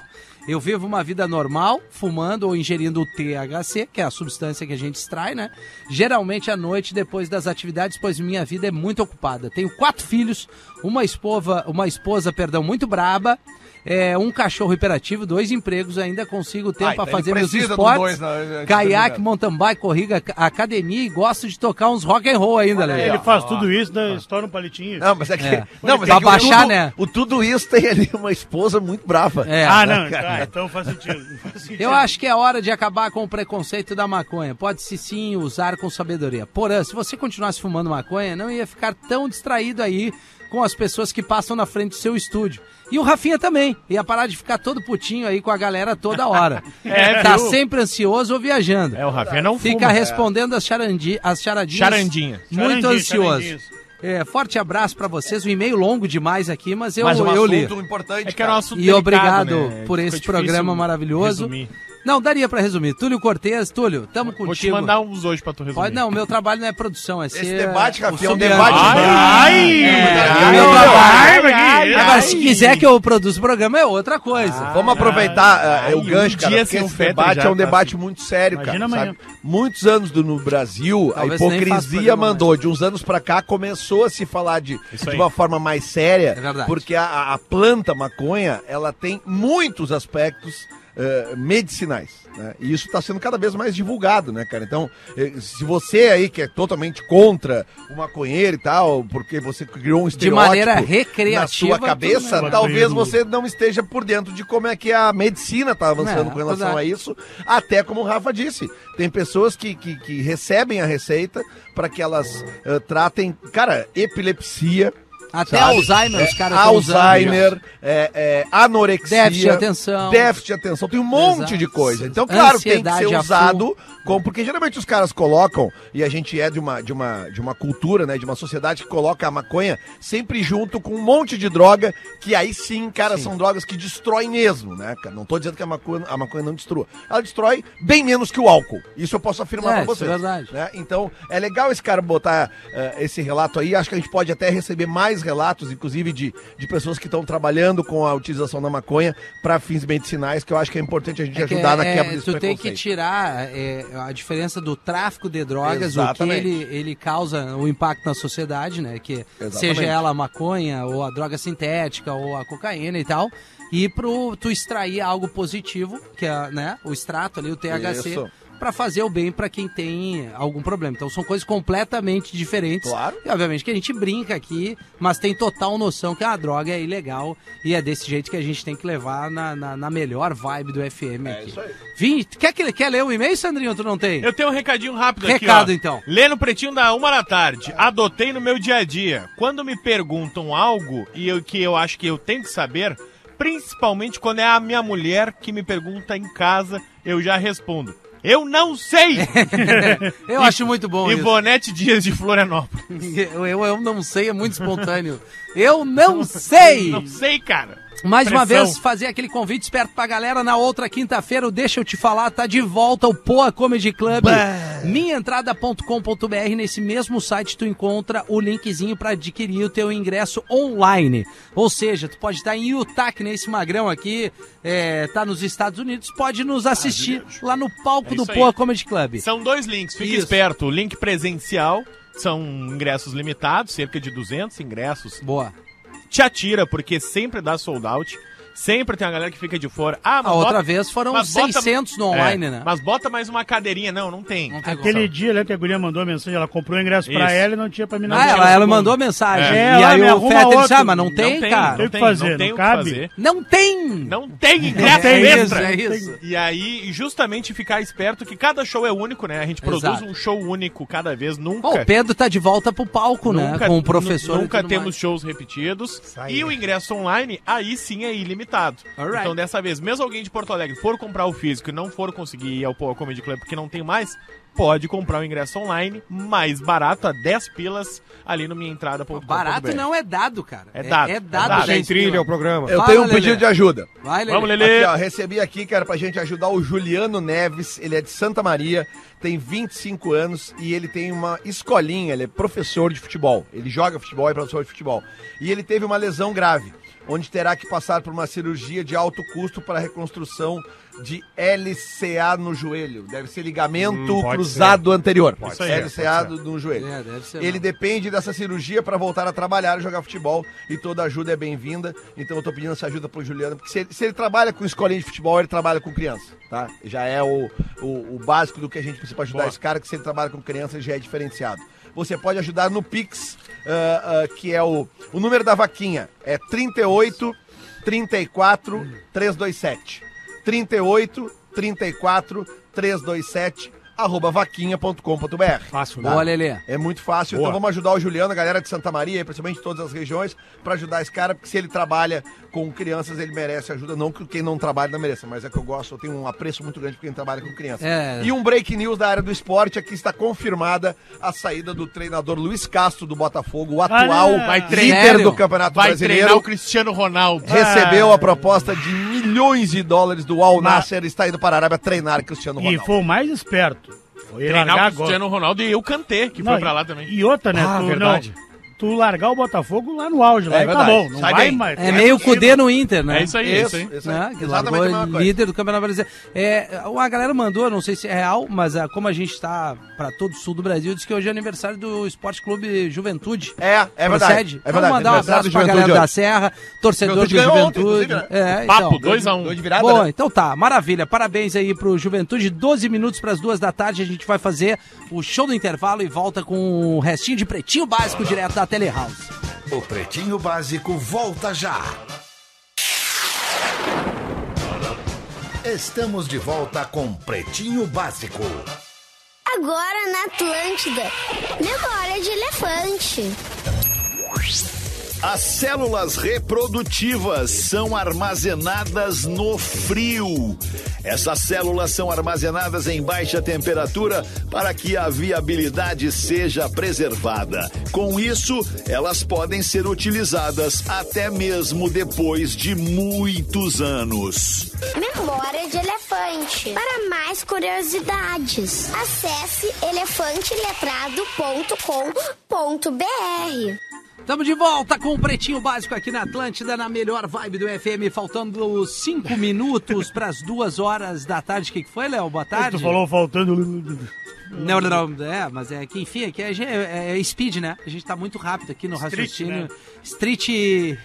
S4: Eu vivo uma vida normal, fumando ou ingerindo o THC, que é a substância que a gente extrai, né? Geralmente à noite, depois das atividades, pois minha vida é muito ocupada. Tenho quatro filhos, uma esposa, uma esposa, perdão, muito braba, é, um cachorro hiperativo, dois empregos, ainda consigo tempo
S6: Ah, então
S4: a fazer
S6: ele
S4: meus
S6: precisa dos
S4: esportes,
S6: dois, né?
S4: caiaque, mountain bike, corrida, ac- academia e gosto de tocar uns rock and roll ainda, Léo.
S5: Ele faz tudo
S4: Ah.
S5: isso, né? estoura um palitinho.
S6: Não, mas é que.
S4: É.
S6: Não, mas
S4: Pra
S6: é que
S4: baixar,
S6: o tudo,
S4: né?
S6: O tudo isso tem ali uma esposa muito brava.
S4: É,
S5: ah,
S4: né?
S5: não, tá, então faz sentido. Faz sentido.
S4: Eu acho que é hora de acabar com o preconceito da maconha. Pode-se sim usar com sabedoria. Porã, se você continuasse fumando maconha, não ia ficar tão distraído aí com as pessoas que passam na frente do seu estúdio. E o Rafinha também. Ia parar de ficar todo putinho aí com a galera toda hora.
S8: É,
S4: tá
S8: viu?
S4: sempre ansioso ou viajando.
S8: É, o Rafinha não
S4: Fica
S8: fuma.
S4: respondendo as, charandi, as charadinhas.
S8: Charandinha.
S4: Muito
S5: Charandinha,
S4: ansioso.
S5: charandinhas.
S4: É, forte abraço pra vocês. Um e-mail longo demais aqui, mas eu,
S8: Mas um
S4: eu li.
S6: Assunto importante.
S8: É que era um
S6: cara.
S8: assunto
S4: E
S8: delicado,
S4: obrigado
S8: né?
S4: por
S8: Ficou
S4: esse
S8: difícil
S4: programa maravilhoso.
S8: resumir.
S4: Não, daria pra resumir. Túlio Cortez, Túlio, tamo contigo.
S8: Vou te mandar um uns hoje pra tu resumir.
S4: Pode, não, meu trabalho não é produção, é ser...
S6: Esse debate,
S4: o Ah,
S6: Rafinha, é um
S4: soberano.
S6: debate.
S5: Ai,
S4: É,
S5: ai,
S4: não,
S5: ai,
S8: ai,
S5: ai,
S4: Agora,
S5: ai.
S4: se quiser que eu produza o programa, é outra coisa.
S6: Ah, Vamos aproveitar
S8: ai,
S6: eh, o
S8: Ah, um
S6: gancho, cara,
S8: dia
S6: porque
S8: sem o
S6: esse
S8: Fetter
S6: debate
S8: já
S6: é um
S8: tá
S6: debate muito sério,
S5: Imagina
S6: cara.
S5: amanhã.
S6: sabe? Muitos anos do- no Brasil,
S4: Talvez
S6: a
S4: nem faça
S6: hipocrisia
S4: programa
S6: mandou. De uns anos pra cá, começou a se falar de,
S8: Isso
S6: de
S8: aí.
S6: uma forma mais séria,
S4: É verdade.
S6: porque a, a planta maconha, ela tem muitos aspectos eh, medicinais. né? E isso está sendo cada vez mais divulgado, né, cara? Então, eh, se você aí que é totalmente contra o maconheiro e tal, porque você criou um
S4: De
S6: estereótipo
S4: maneira recreativa.
S6: na sua cabeça,
S4: né?
S5: bem.
S6: talvez
S5: Maconheiro.
S6: você não esteja por dentro de como é que a medicina está avançando
S4: É,
S6: com relação
S4: verdade.
S6: a isso. Até como o Rafa disse, tem pessoas que, que, que recebem a receita para que elas eh, tratem, cara, epilepsia,
S4: Até
S6: sabe?
S4: Alzheimer, os
S6: eh,
S4: caras tão usando.
S6: Alzheimer, eh, eh, anorexia,
S4: Déficit de atenção.
S6: déficit de atenção, tem um monte
S4: Exato.
S6: de coisa. Então, claro, tem
S4: Ansiedade,
S6: que ser
S4: afu.
S6: usado com, porque geralmente os caras colocam e a gente é de uma de uma de uma cultura, né, de uma sociedade que coloca a maconha sempre junto com um monte de droga que aí sim, cara, são drogas que destroem mesmo, né, cara? Não tô dizendo que a maconha, a maconha não destrua. Ela destrói bem menos que o álcool. Isso eu posso afirmar pra
S4: É, isso é
S6: vocês.
S4: verdade.
S6: né? Então, é legal esse cara botar eh, esse relato aí. Acho que a gente pode até receber mais relatos, inclusive, de, de pessoas que estão trabalhando com a utilização da maconha para fins medicinais, que eu acho que é importante a gente
S4: É que
S6: ajudar na
S4: é-
S6: quebra desse
S4: Tu tem que
S6: preconceito.
S4: tirar é, a diferença do tráfico de drogas,
S6: Exatamente.
S4: o que ele, ele causa, o impacto na sociedade, né? Que
S6: Exatamente.
S4: seja ela a maconha, ou a droga sintética, ou a cocaína e tal. E pro tu extrair algo positivo, que é né, o extrato ali, o THC,
S6: Isso.
S4: pra fazer o bem pra quem tem algum problema. Então são coisas completamente diferentes.
S6: Claro.
S4: E obviamente que a gente brinca aqui, mas tem total noção que a droga é ilegal e é desse jeito que a gente tem que levar na, na, na melhor vibe do FM aqui.
S6: isso aí.
S4: Vim, quer, que- quer ler o e-mail, Sandrinho? Tu não tem?
S8: Eu tenho um recadinho rápido aqui,
S4: Recado,
S8: ó.
S4: então.
S8: Lê no pretinho da uma da tarde. Adotei no meu dia a dia. Quando me perguntam algo e eu, que eu acho que eu tenho que saber, principalmente quando é a minha mulher que me pergunta em casa, eu já respondo. Eu não sei!
S4: É, Eu acho muito bom isso.
S8: Ivonete Dias de Florianópolis.
S4: Eu, eu, eu não sei, é muito espontâneo. Eu não sei!
S8: Não sei, cara.
S4: Mais uma
S8: Pressão.
S4: vez, fazer aquele convite esperto pra galera. Na outra quinta-feira, o Deixa Eu Te Falar, tá de volta o Poa Comedy Club. Minhaentrada.com.br. Nesse mesmo site, tu encontra o linkzinho pra adquirir o teu ingresso online. Ou seja, tu pode estar em Utah, que nesse magrão aqui, é, tá nos Estados Unidos, pode nos assistir lá no palco
S8: É
S4: do
S8: isso aí.
S4: Poa Comedy Club.
S8: São dois links, fique
S4: Isso.
S8: esperto. O link presencial, são ingressos limitados, cerca de 200 ingressos.
S4: Boa.
S8: Te atira, porque sempre dá sold out. Sempre tem a galera que fica de fora. Ah, mas
S4: A outra
S8: bota-
S4: vez foram
S8: mas bota-
S4: 600 no online,
S8: É,
S4: né?
S8: Mas bota mais uma cadeirinha. Não, não tem.
S4: Não tem
S5: Aquele
S4: como.
S5: dia né, que a guria mandou a mensagem, ela comprou o ingresso pra
S8: Isso.
S5: ela e não tinha pra mim não
S4: Ah,
S5: tinha
S4: ela,
S5: pra
S4: ela
S5: todo
S4: mandou
S5: mundo.
S4: mensagem.
S5: É,
S4: e
S5: ela
S4: aí
S5: me
S4: o
S5: arruma
S4: Fetter disse,
S5: outro.
S4: ah, mas não tem, cara.
S5: Tem o que fazer,
S8: não tem
S5: não
S8: o que
S5: cabe.
S8: fazer.
S4: Não tem!
S8: Não tem
S4: É,
S8: ingresso
S5: tem
S4: é isso,
S8: extra.
S4: é isso.
S8: E aí, justamente ficar esperto que cada show é único, né? A gente produz
S4: Exato.
S8: um show único cada vez, nunca.
S4: Bom, o Pedro tá de volta pro palco, né? Com o professor.
S8: nu-
S4: e
S8: Nunca
S4: tudo
S8: temos
S4: mais.
S8: shows repetidos. E o ingresso online, aí sim é ilimitado.
S4: Alright.
S8: Então, dessa vez, mesmo alguém de Porto Alegre for comprar o físico e não for conseguir ir ao Poa Comedy Club porque não tem mais, pode comprar o ingresso online mais barato, a 10 pilas, ali no minhaentrada.com.br.
S4: Barato não é dado, cara.
S8: É dado,
S4: É,
S8: é
S4: dado,
S8: dado.
S4: já
S7: Sem
S4: estima.
S7: trilha o programa.
S6: Eu
S4: Fala,
S6: tenho um
S4: Lelê.
S6: pedido de ajuda.
S4: Vai, Lelê.
S8: Vamos, Lelê!
S6: Aqui, ó, recebi aqui, cara, pra gente ajudar o Juliano Neves. Ele é de Santa Maria, tem 25 anos e ele tem uma escolinha. Ele é professor de futebol. Ele joga futebol, é professor de futebol. E ele teve uma lesão grave, onde terá que passar por uma cirurgia de alto custo para reconstrução de LCA no joelho. Deve ser ligamento
S7: Hum, pode
S6: cruzado anterior.
S7: ser,
S6: LCA no joelho.
S4: É, deve ser
S6: ele
S4: mesmo.
S6: depende dessa cirurgia para voltar a trabalhar e jogar futebol. E toda ajuda é bem-vinda. Então eu tô pedindo essa ajuda pro Juliano. Porque se ele, se ele trabalha com escolinha de futebol, ele trabalha com criança, tá? Já é o, o, o básico do que a gente precisa pra ajudar esse cara, que se ele trabalha com criança, ele já é diferenciado. Você pode ajudar no Pix, ah, ah, que é o, o número da vaquinha. É 38 34 327. 38 34 327 arroba vaquinha.com.br.
S7: Fácil, né?
S4: Boa, Lelê.
S6: É muito fácil. Então vamos ajudar o Juliano, a galera de Santa Maria, principalmente de todas as regiões, pra ajudar esse cara, porque se ele trabalha com crianças, ele merece ajuda. Não que quem não trabalha não mereça, mas é que eu gosto, eu tenho um apreço muito grande por quem trabalha com crianças.
S4: É.
S6: E um break news da área do esporte, aqui está confirmada a saída do treinador Luiz Castro do Botafogo, o atual
S5: Ah, vai
S6: líder
S4: treinar.
S6: do Campeonato
S8: Vai treinar o
S6: Brasileiro.
S8: Cristiano Ronaldo. Ah,
S6: Recebeu a proposta de milhões de dólares do Al Nasser, está indo para a Arábia treinar Cristiano
S5: E
S6: Ronaldo.
S5: foi o mais esperto. Foi ele largar
S8: Treinar o
S5: agora.
S8: Cristiano Ronaldo e eu cantei, que
S5: Não,
S8: foi pra lá também.
S5: E outra, né?
S7: Ah,
S5: tu,
S7: verdade.
S5: Não, tu largar o Botafogo lá no auge, lá
S6: É
S5: e tá
S6: verdade.
S5: bom. Não
S6: Sai
S5: vai
S6: daí.
S5: mais.
S4: É meio Cudê no Inter, né?
S8: É isso aí, é isso aí.
S6: isso aí.
S4: Né? Que
S6: Exatamente a
S4: largou
S6: mesma coisa.
S4: líder do Campeonato Brasileiro. É, uma galera mandou, não sei se é real, mas ah, como a gente tá pra todo o sul do Brasil, diz que hoje é aniversário do Esporte Clube Juventude.
S6: É, é verdade.
S4: Procede.
S6: É verdade.
S4: Vamos mandar um
S6: Aniversário
S4: abraço
S6: do
S4: pra
S6: Juventude
S4: galera
S6: hoje.
S4: da Serra, torcedor
S6: Juventude
S4: do
S6: ganhou ontem,
S4: Juventude.
S6: inclusive, né?
S4: é,
S8: Papo,
S4: então.
S8: 2x1.
S6: Deu de virada,
S4: Bom,
S6: né?
S4: então tá, maravilha. Parabéns aí pro Juventude. 12 minutos pras duas da tarde, a gente vai fazer o show do intervalo e volta com o restinho de pretinho básico direto da Telehouse.
S1: O Pretinho Básico volta já. Estamos de volta com Pretinho Básico.
S9: Agora na Atlântida. Memória de elefante.
S10: As células reprodutivas são armazenadas no frio. Essas células são armazenadas em baixa temperatura para que a viabilidade seja preservada. Com isso, elas podem ser utilizadas até mesmo depois de muitos anos.
S9: Memória de elefante. Para mais curiosidades, acesse elefanteletrado.com.br.
S4: Estamos de volta com o Pretinho Básico aqui na Atlântida, na melhor vibe do FM, faltando cinco minutos para as duas horas da tarde. O que, que foi, Léo? Boa tarde.
S5: Tu falou faltando.
S4: Não, não, não, é, mas é que, enfim, aqui é, ge- é, é speed, né? A gente tá muito rápido aqui no
S5: Street,
S4: raciocínio.
S5: né?
S4: Street,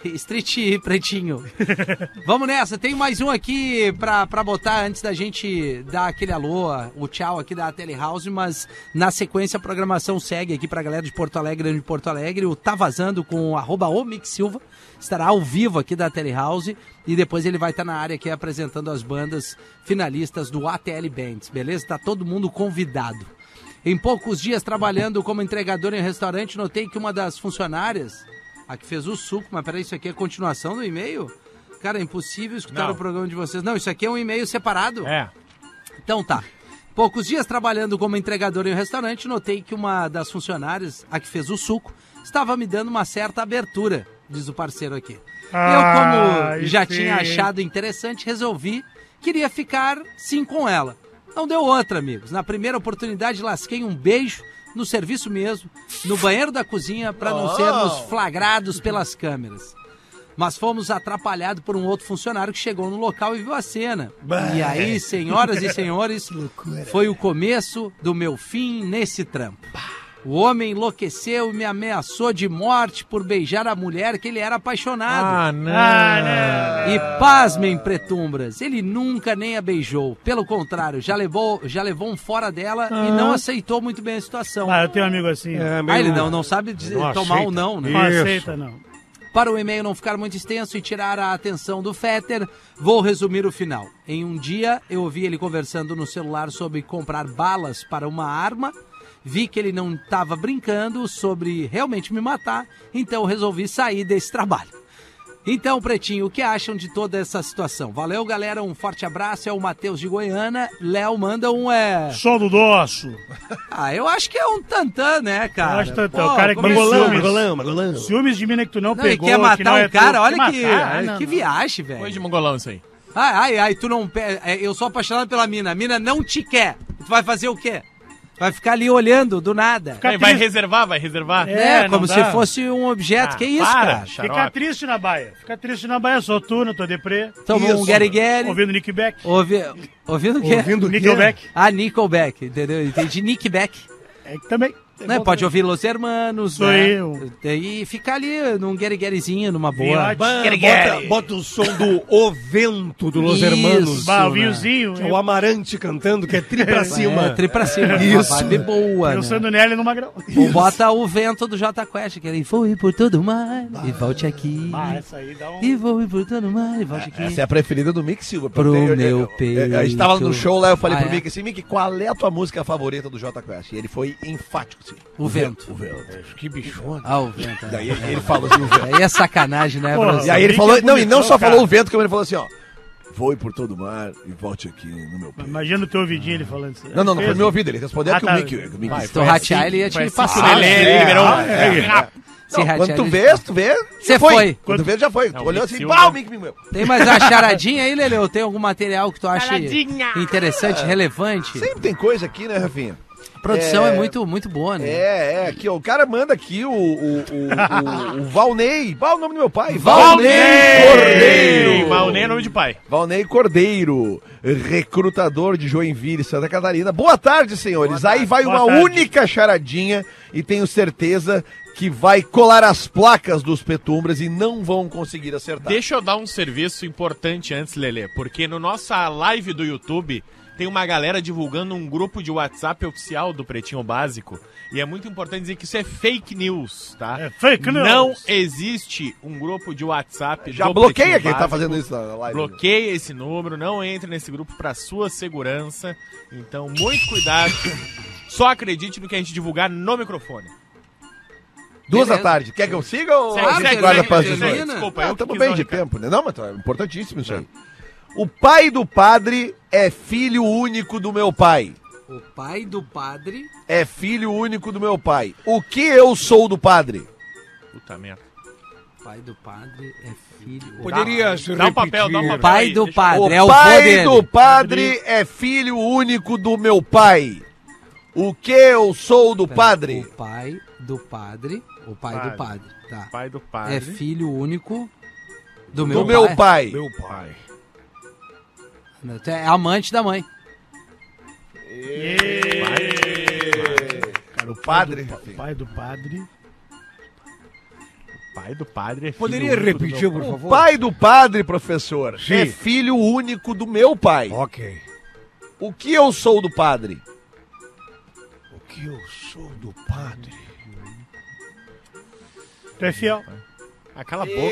S4: street pretinho. Vamos nessa, tem mais um aqui pra, pra botar antes da gente dar aquele alô, o tchau aqui da Telehouse, mas na sequência a programação segue aqui pra galera de Porto Alegre, grande Porto Alegre, o Tá Vazando com arroba o Mix Silva, estará ao vivo aqui da Telehouse e depois ele vai estar na área aqui apresentando as bandas finalistas do ATL Bands, beleza? Tá todo mundo convidado. Em poucos dias trabalhando como entregador em um restaurante, notei que uma das funcionárias, a que fez o suco, mas peraí, isso aqui é continuação do e-mail? Cara, é impossível escutar
S8: Não.
S4: o programa de vocês. Não, isso aqui é um e-mail separado.
S8: É.
S4: Então tá. Poucos dias trabalhando como entregador em um restaurante, notei que uma das funcionárias, a que fez o suco, estava me dando uma certa abertura, diz o parceiro aqui. Eu,
S5: Ah,
S4: como já
S5: sim.
S4: tinha achado interessante, resolvi, queria ficar sim com ela. Não deu outra, amigos. Na primeira oportunidade, lasquei um beijo no serviço mesmo, no banheiro da cozinha, para não sermos flagrados pelas câmeras. Mas fomos atrapalhados por um outro funcionário que chegou no local e viu a cena. E aí, senhoras e senhores, foi o começo do meu fim nesse trampo. O homem enlouqueceu e me ameaçou de morte por beijar a mulher que ele era apaixonado.
S8: Ah, não.
S5: Ah, né.
S7: Ah.
S4: E pasmem, pretumbras, ele nunca nem a beijou. Pelo contrário, já levou, já levou um fora dela
S7: Ah.
S4: e não aceitou muito bem a situação.
S5: Ah, eu tenho um amigo assim.
S7: É,
S4: Ah, ele não, não sabe dizer-
S7: Não
S4: tomar
S7: aceita.
S4: ou não, né?
S5: Não
S7: Isso.
S5: aceita, não.
S4: Para o e-mail não ficar muito extenso e tirar a atenção do Fetter, vou resumir o final. Em um dia, eu ouvi ele conversando no celular sobre comprar balas para uma arma. Vi que ele não estava brincando sobre realmente me matar, então resolvi sair desse trabalho. Então, Pretinho, o que acham de toda essa situação? Valeu, galera, um forte abraço. É o Matheus de Goiânia. Léo manda um é.
S5: Som do dosso.
S4: Ah, eu acho que é um tantã, né, cara?
S5: Eu acho tantã, o cara é que
S4: começou-
S5: me ciúmes.
S7: Golão, golão.
S5: Ciúmes de mina que tu não,
S4: Não,
S5: pegou.
S4: ele quer
S5: que não
S4: matar
S5: é
S4: um
S5: tu,
S4: cara, olha que,
S5: matar, Ah,
S4: olha
S5: não,
S4: que
S5: não.
S4: viagem,
S8: Coisa de
S4: velho.
S8: mongolão isso aí.
S4: Ai, ai, ai, tu não. pe- é, Eu sou apaixonado pela mina, a mina não te quer. Tu vai fazer o quê? Vai ficar ali olhando do nada.
S5: Fica
S8: Aí, vai
S5: triste.
S8: reservar, vai reservar.
S5: É.
S4: É,
S5: não
S4: como
S5: dá.
S4: se fosse um objeto.
S8: Ah,
S4: que isso,
S8: para,
S4: cara?
S8: chato.
S5: Fica
S8: Xarope.
S5: triste na baia. Fica triste na baia, sou tu, não tô deprê.
S4: Tomou um Gary Gary.
S5: Ouvindo Nick Beck.
S4: Ouvi... Ouvindo o quê?
S7: Ouvindo o quê?
S5: Nickelback.
S4: Ah, Nickelback, entendeu? Entendi Nickback.
S5: É que também.
S4: Né? Pode ouvir Los Hermanos,
S5: Isso
S4: né?
S5: aí, o-
S4: E ficar ali num Gary Garyzinho, numa boa.
S5: Viote.
S7: Bah, É, Bota, bota o som do O Vento do Los
S4: Isso.
S7: Hermanos.
S5: Bah, o vinhozinho.
S7: É o Amarante cantando, que é tri pra cima.
S4: É, tri pra cima.
S7: Isso.
S4: Uma vibe boa.
S5: Eu
S4: né?
S5: sendo Nelly no Magrão.
S4: Ou bota o vento do Jota Quest, que ele foi por todo mar e volte aqui.
S5: Ah, essa aí dá um.
S4: E vou por todo mar e volte aqui.
S6: Essa é a preferida do Mick Silva.
S4: Pro
S6: Eu tenho- eu-
S4: meu
S6: eu- eu- É, A gente tava no
S4: peito.
S6: show lá, eu falei
S4: Ah,
S6: pro
S4: é?
S6: Mick assim, Mick, qual é a tua música favorita do Jota Quest? E ele foi enfático, assim.
S4: O vento.
S6: O vento.
S7: Que bichona.
S4: Ah, o vento. né?
S6: Daí ele, ele falou assim, o vento.
S4: Aí é sacanagem, né,
S5: Porra.
S6: E
S4: Brasil?
S6: aí ele
S5: É, Mick
S6: falou,
S5: é
S6: não, e não só
S5: bonitão, cara.
S6: falou o vento, como ele falou assim, ó. Voe por todo o mar e volte aqui no meu peito.
S5: Imagina o teu ouvidinho ele falando isso.
S6: Não, não, não foi
S5: Fez,
S6: meu ouvido, ele respondeu
S5: Ah,
S6: que
S5: tá.
S6: o Mick... O Mick
S4: Se tu ratear, ele ia
S8: Foi
S4: te
S8: assim
S4: passar. né? Ah,
S8: que ele- ele
S6: É,
S8: liberou um-
S6: é, é.
S4: Se ratear,
S6: Quando tu
S4: ele-
S6: vê, tu vê,
S4: Cê
S6: já foi.
S4: foi.
S6: Quando tu vê, já foi.
S8: Não,
S6: Tu olhou
S8: Mick
S6: assim,
S8: Silva-
S6: pau, Mick, Mick, meu.
S4: Tem mais uma charadinha aí, Leleu? Tem algum material que tu acha
S6: É.
S4: interessante, relevante?
S6: Sempre tem coisa aqui, né, Rafinha?
S4: A produção é,
S6: É.
S4: muito, muito boa, né?
S6: É, é, aqui, ó, o cara manda aqui o, o, o, o- o Valnei. Qual é o nome do meu pai?
S4: Valnei
S8: Ei,
S6: Cordeiro.
S8: Valnei é nome de pai.
S6: Valnei Cordeiro, recrutador de Joinville, Santa Catarina. Boa tarde, senhores. Aí vai
S5: Boa
S6: uma
S5: tarde.
S6: única charadinha e tenho certeza que vai colar as placas dos Petumbras e não vão conseguir acertar.
S8: Deixa eu dar um serviço importante antes, Lelê, porque no nossa live do YouTube tem uma galera divulgando um grupo de WhatsApp oficial do Pretinho Básico. E é muito importante dizer que isso é fake news, tá?
S5: É fake news.
S8: Não existe um grupo de WhatsApp.
S6: Já
S8: do
S6: bloqueia
S8: Pretinho
S6: quem tá
S8: Básico.
S6: fazendo isso na live.
S8: Bloqueia esse número, não entre nesse grupo para sua segurança. Então, muito cuidado. Só acredite no que a gente divulgar no microfone.
S6: Duas
S4: Beleza.
S6: da tarde. Quer que eu siga ou
S8: Segue,
S6: a gente
S8: segue,
S6: guarda
S8: segue,
S6: para as
S8: segue,
S6: 18?
S8: segue, desculpa, eu
S6: Ah,
S8: que
S6: tamo
S8: quis
S6: bem
S8: dar um
S6: de
S8: recado.
S6: tempo, né? Não, mas é importantíssimo isso aí. O pai do padre é filho único do meu pai.
S4: O pai do padre.
S6: É filho único do meu pai. O que eu sou do padre?
S8: Puta merda.
S4: Pai do padre é filho.
S7: Poderia
S4: O
S7: se
S8: Dá um papel, dá um
S7: repetir.
S8: papel.
S4: Ah, pai
S8: aí,
S4: do
S8: deixa eu-
S4: padre é o
S6: o
S4: vô
S6: pai do
S4: dele.
S6: padre é filho único do meu pai. O que eu sou do padre?
S4: O pai do padre, o pai do padre, tá?
S8: Pai do
S4: É
S8: padre.
S4: filho único do meu
S6: Do meu
S4: pai.
S6: pai.
S7: Meu pai.
S4: É amante da mãe.
S5: Cara, o
S6: padre,
S5: pai do, pa- o É. pai do padre.
S8: Pai do padre é filho
S7: Poderia
S8: único do
S7: repetir,
S8: meu-
S7: por favor?
S6: Pai do padre, professor,
S7: Sim.
S6: é filho único do meu pai.
S7: Ok.
S6: O que eu sou do padre?
S7: O que eu sou do padre?
S5: Tu é fiel.
S8: Ah, cala a boca. né?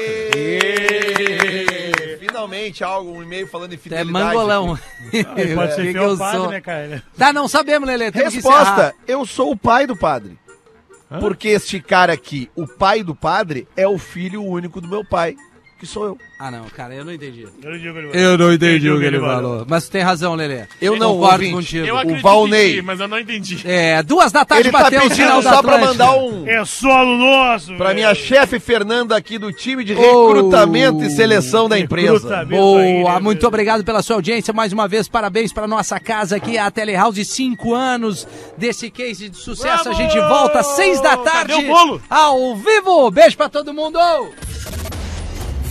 S6: Finalmente algo, um e-mail falando em
S4: É
S6: fidelidade.
S4: mangolão.
S6: É,
S5: Ele pode
S4: O que
S5: ser
S4: que
S5: fiel
S4: eu
S5: ao padre,
S4: sou?
S5: né, cara? Ele-
S4: Tá, não sabemos, Lelê. Temos que encerrar.
S6: Resposta: Eu sou o pai do padre. Porque este cara aqui, o pai do padre, é o filho único do meu pai, que sou eu.
S4: Ah, não, cara, eu não entendi.
S5: Eu não digo ele-
S4: Eu não entendi o que ele falou. Mas tu tem razão, Lelê.
S6: Eu não,
S4: concordo
S6: ouvinte.
S4: contigo.
S8: Eu acredito
S6: Valnei.
S8: em ti, mas eu não entendi.
S4: É, duas da tarde
S6: Ele tá
S4: bateu o sinal
S6: pedindo
S4: da
S6: só pra
S4: Atlântida.
S6: mandar um.
S5: É solo nosso!
S6: Pra minha chefe Fernanda aqui do time de
S4: Oh.
S6: recrutamento e seleção da empresa.
S8: né?
S4: Boa, muito obrigado pela sua audiência. Mais uma vez, parabéns para nossa casa aqui, a Telehouse. Cinco anos desse case de sucesso. A gente volta às seis da tarde.
S8: Cadê o bolo?
S4: Ao vivo. Beijo para todo mundo.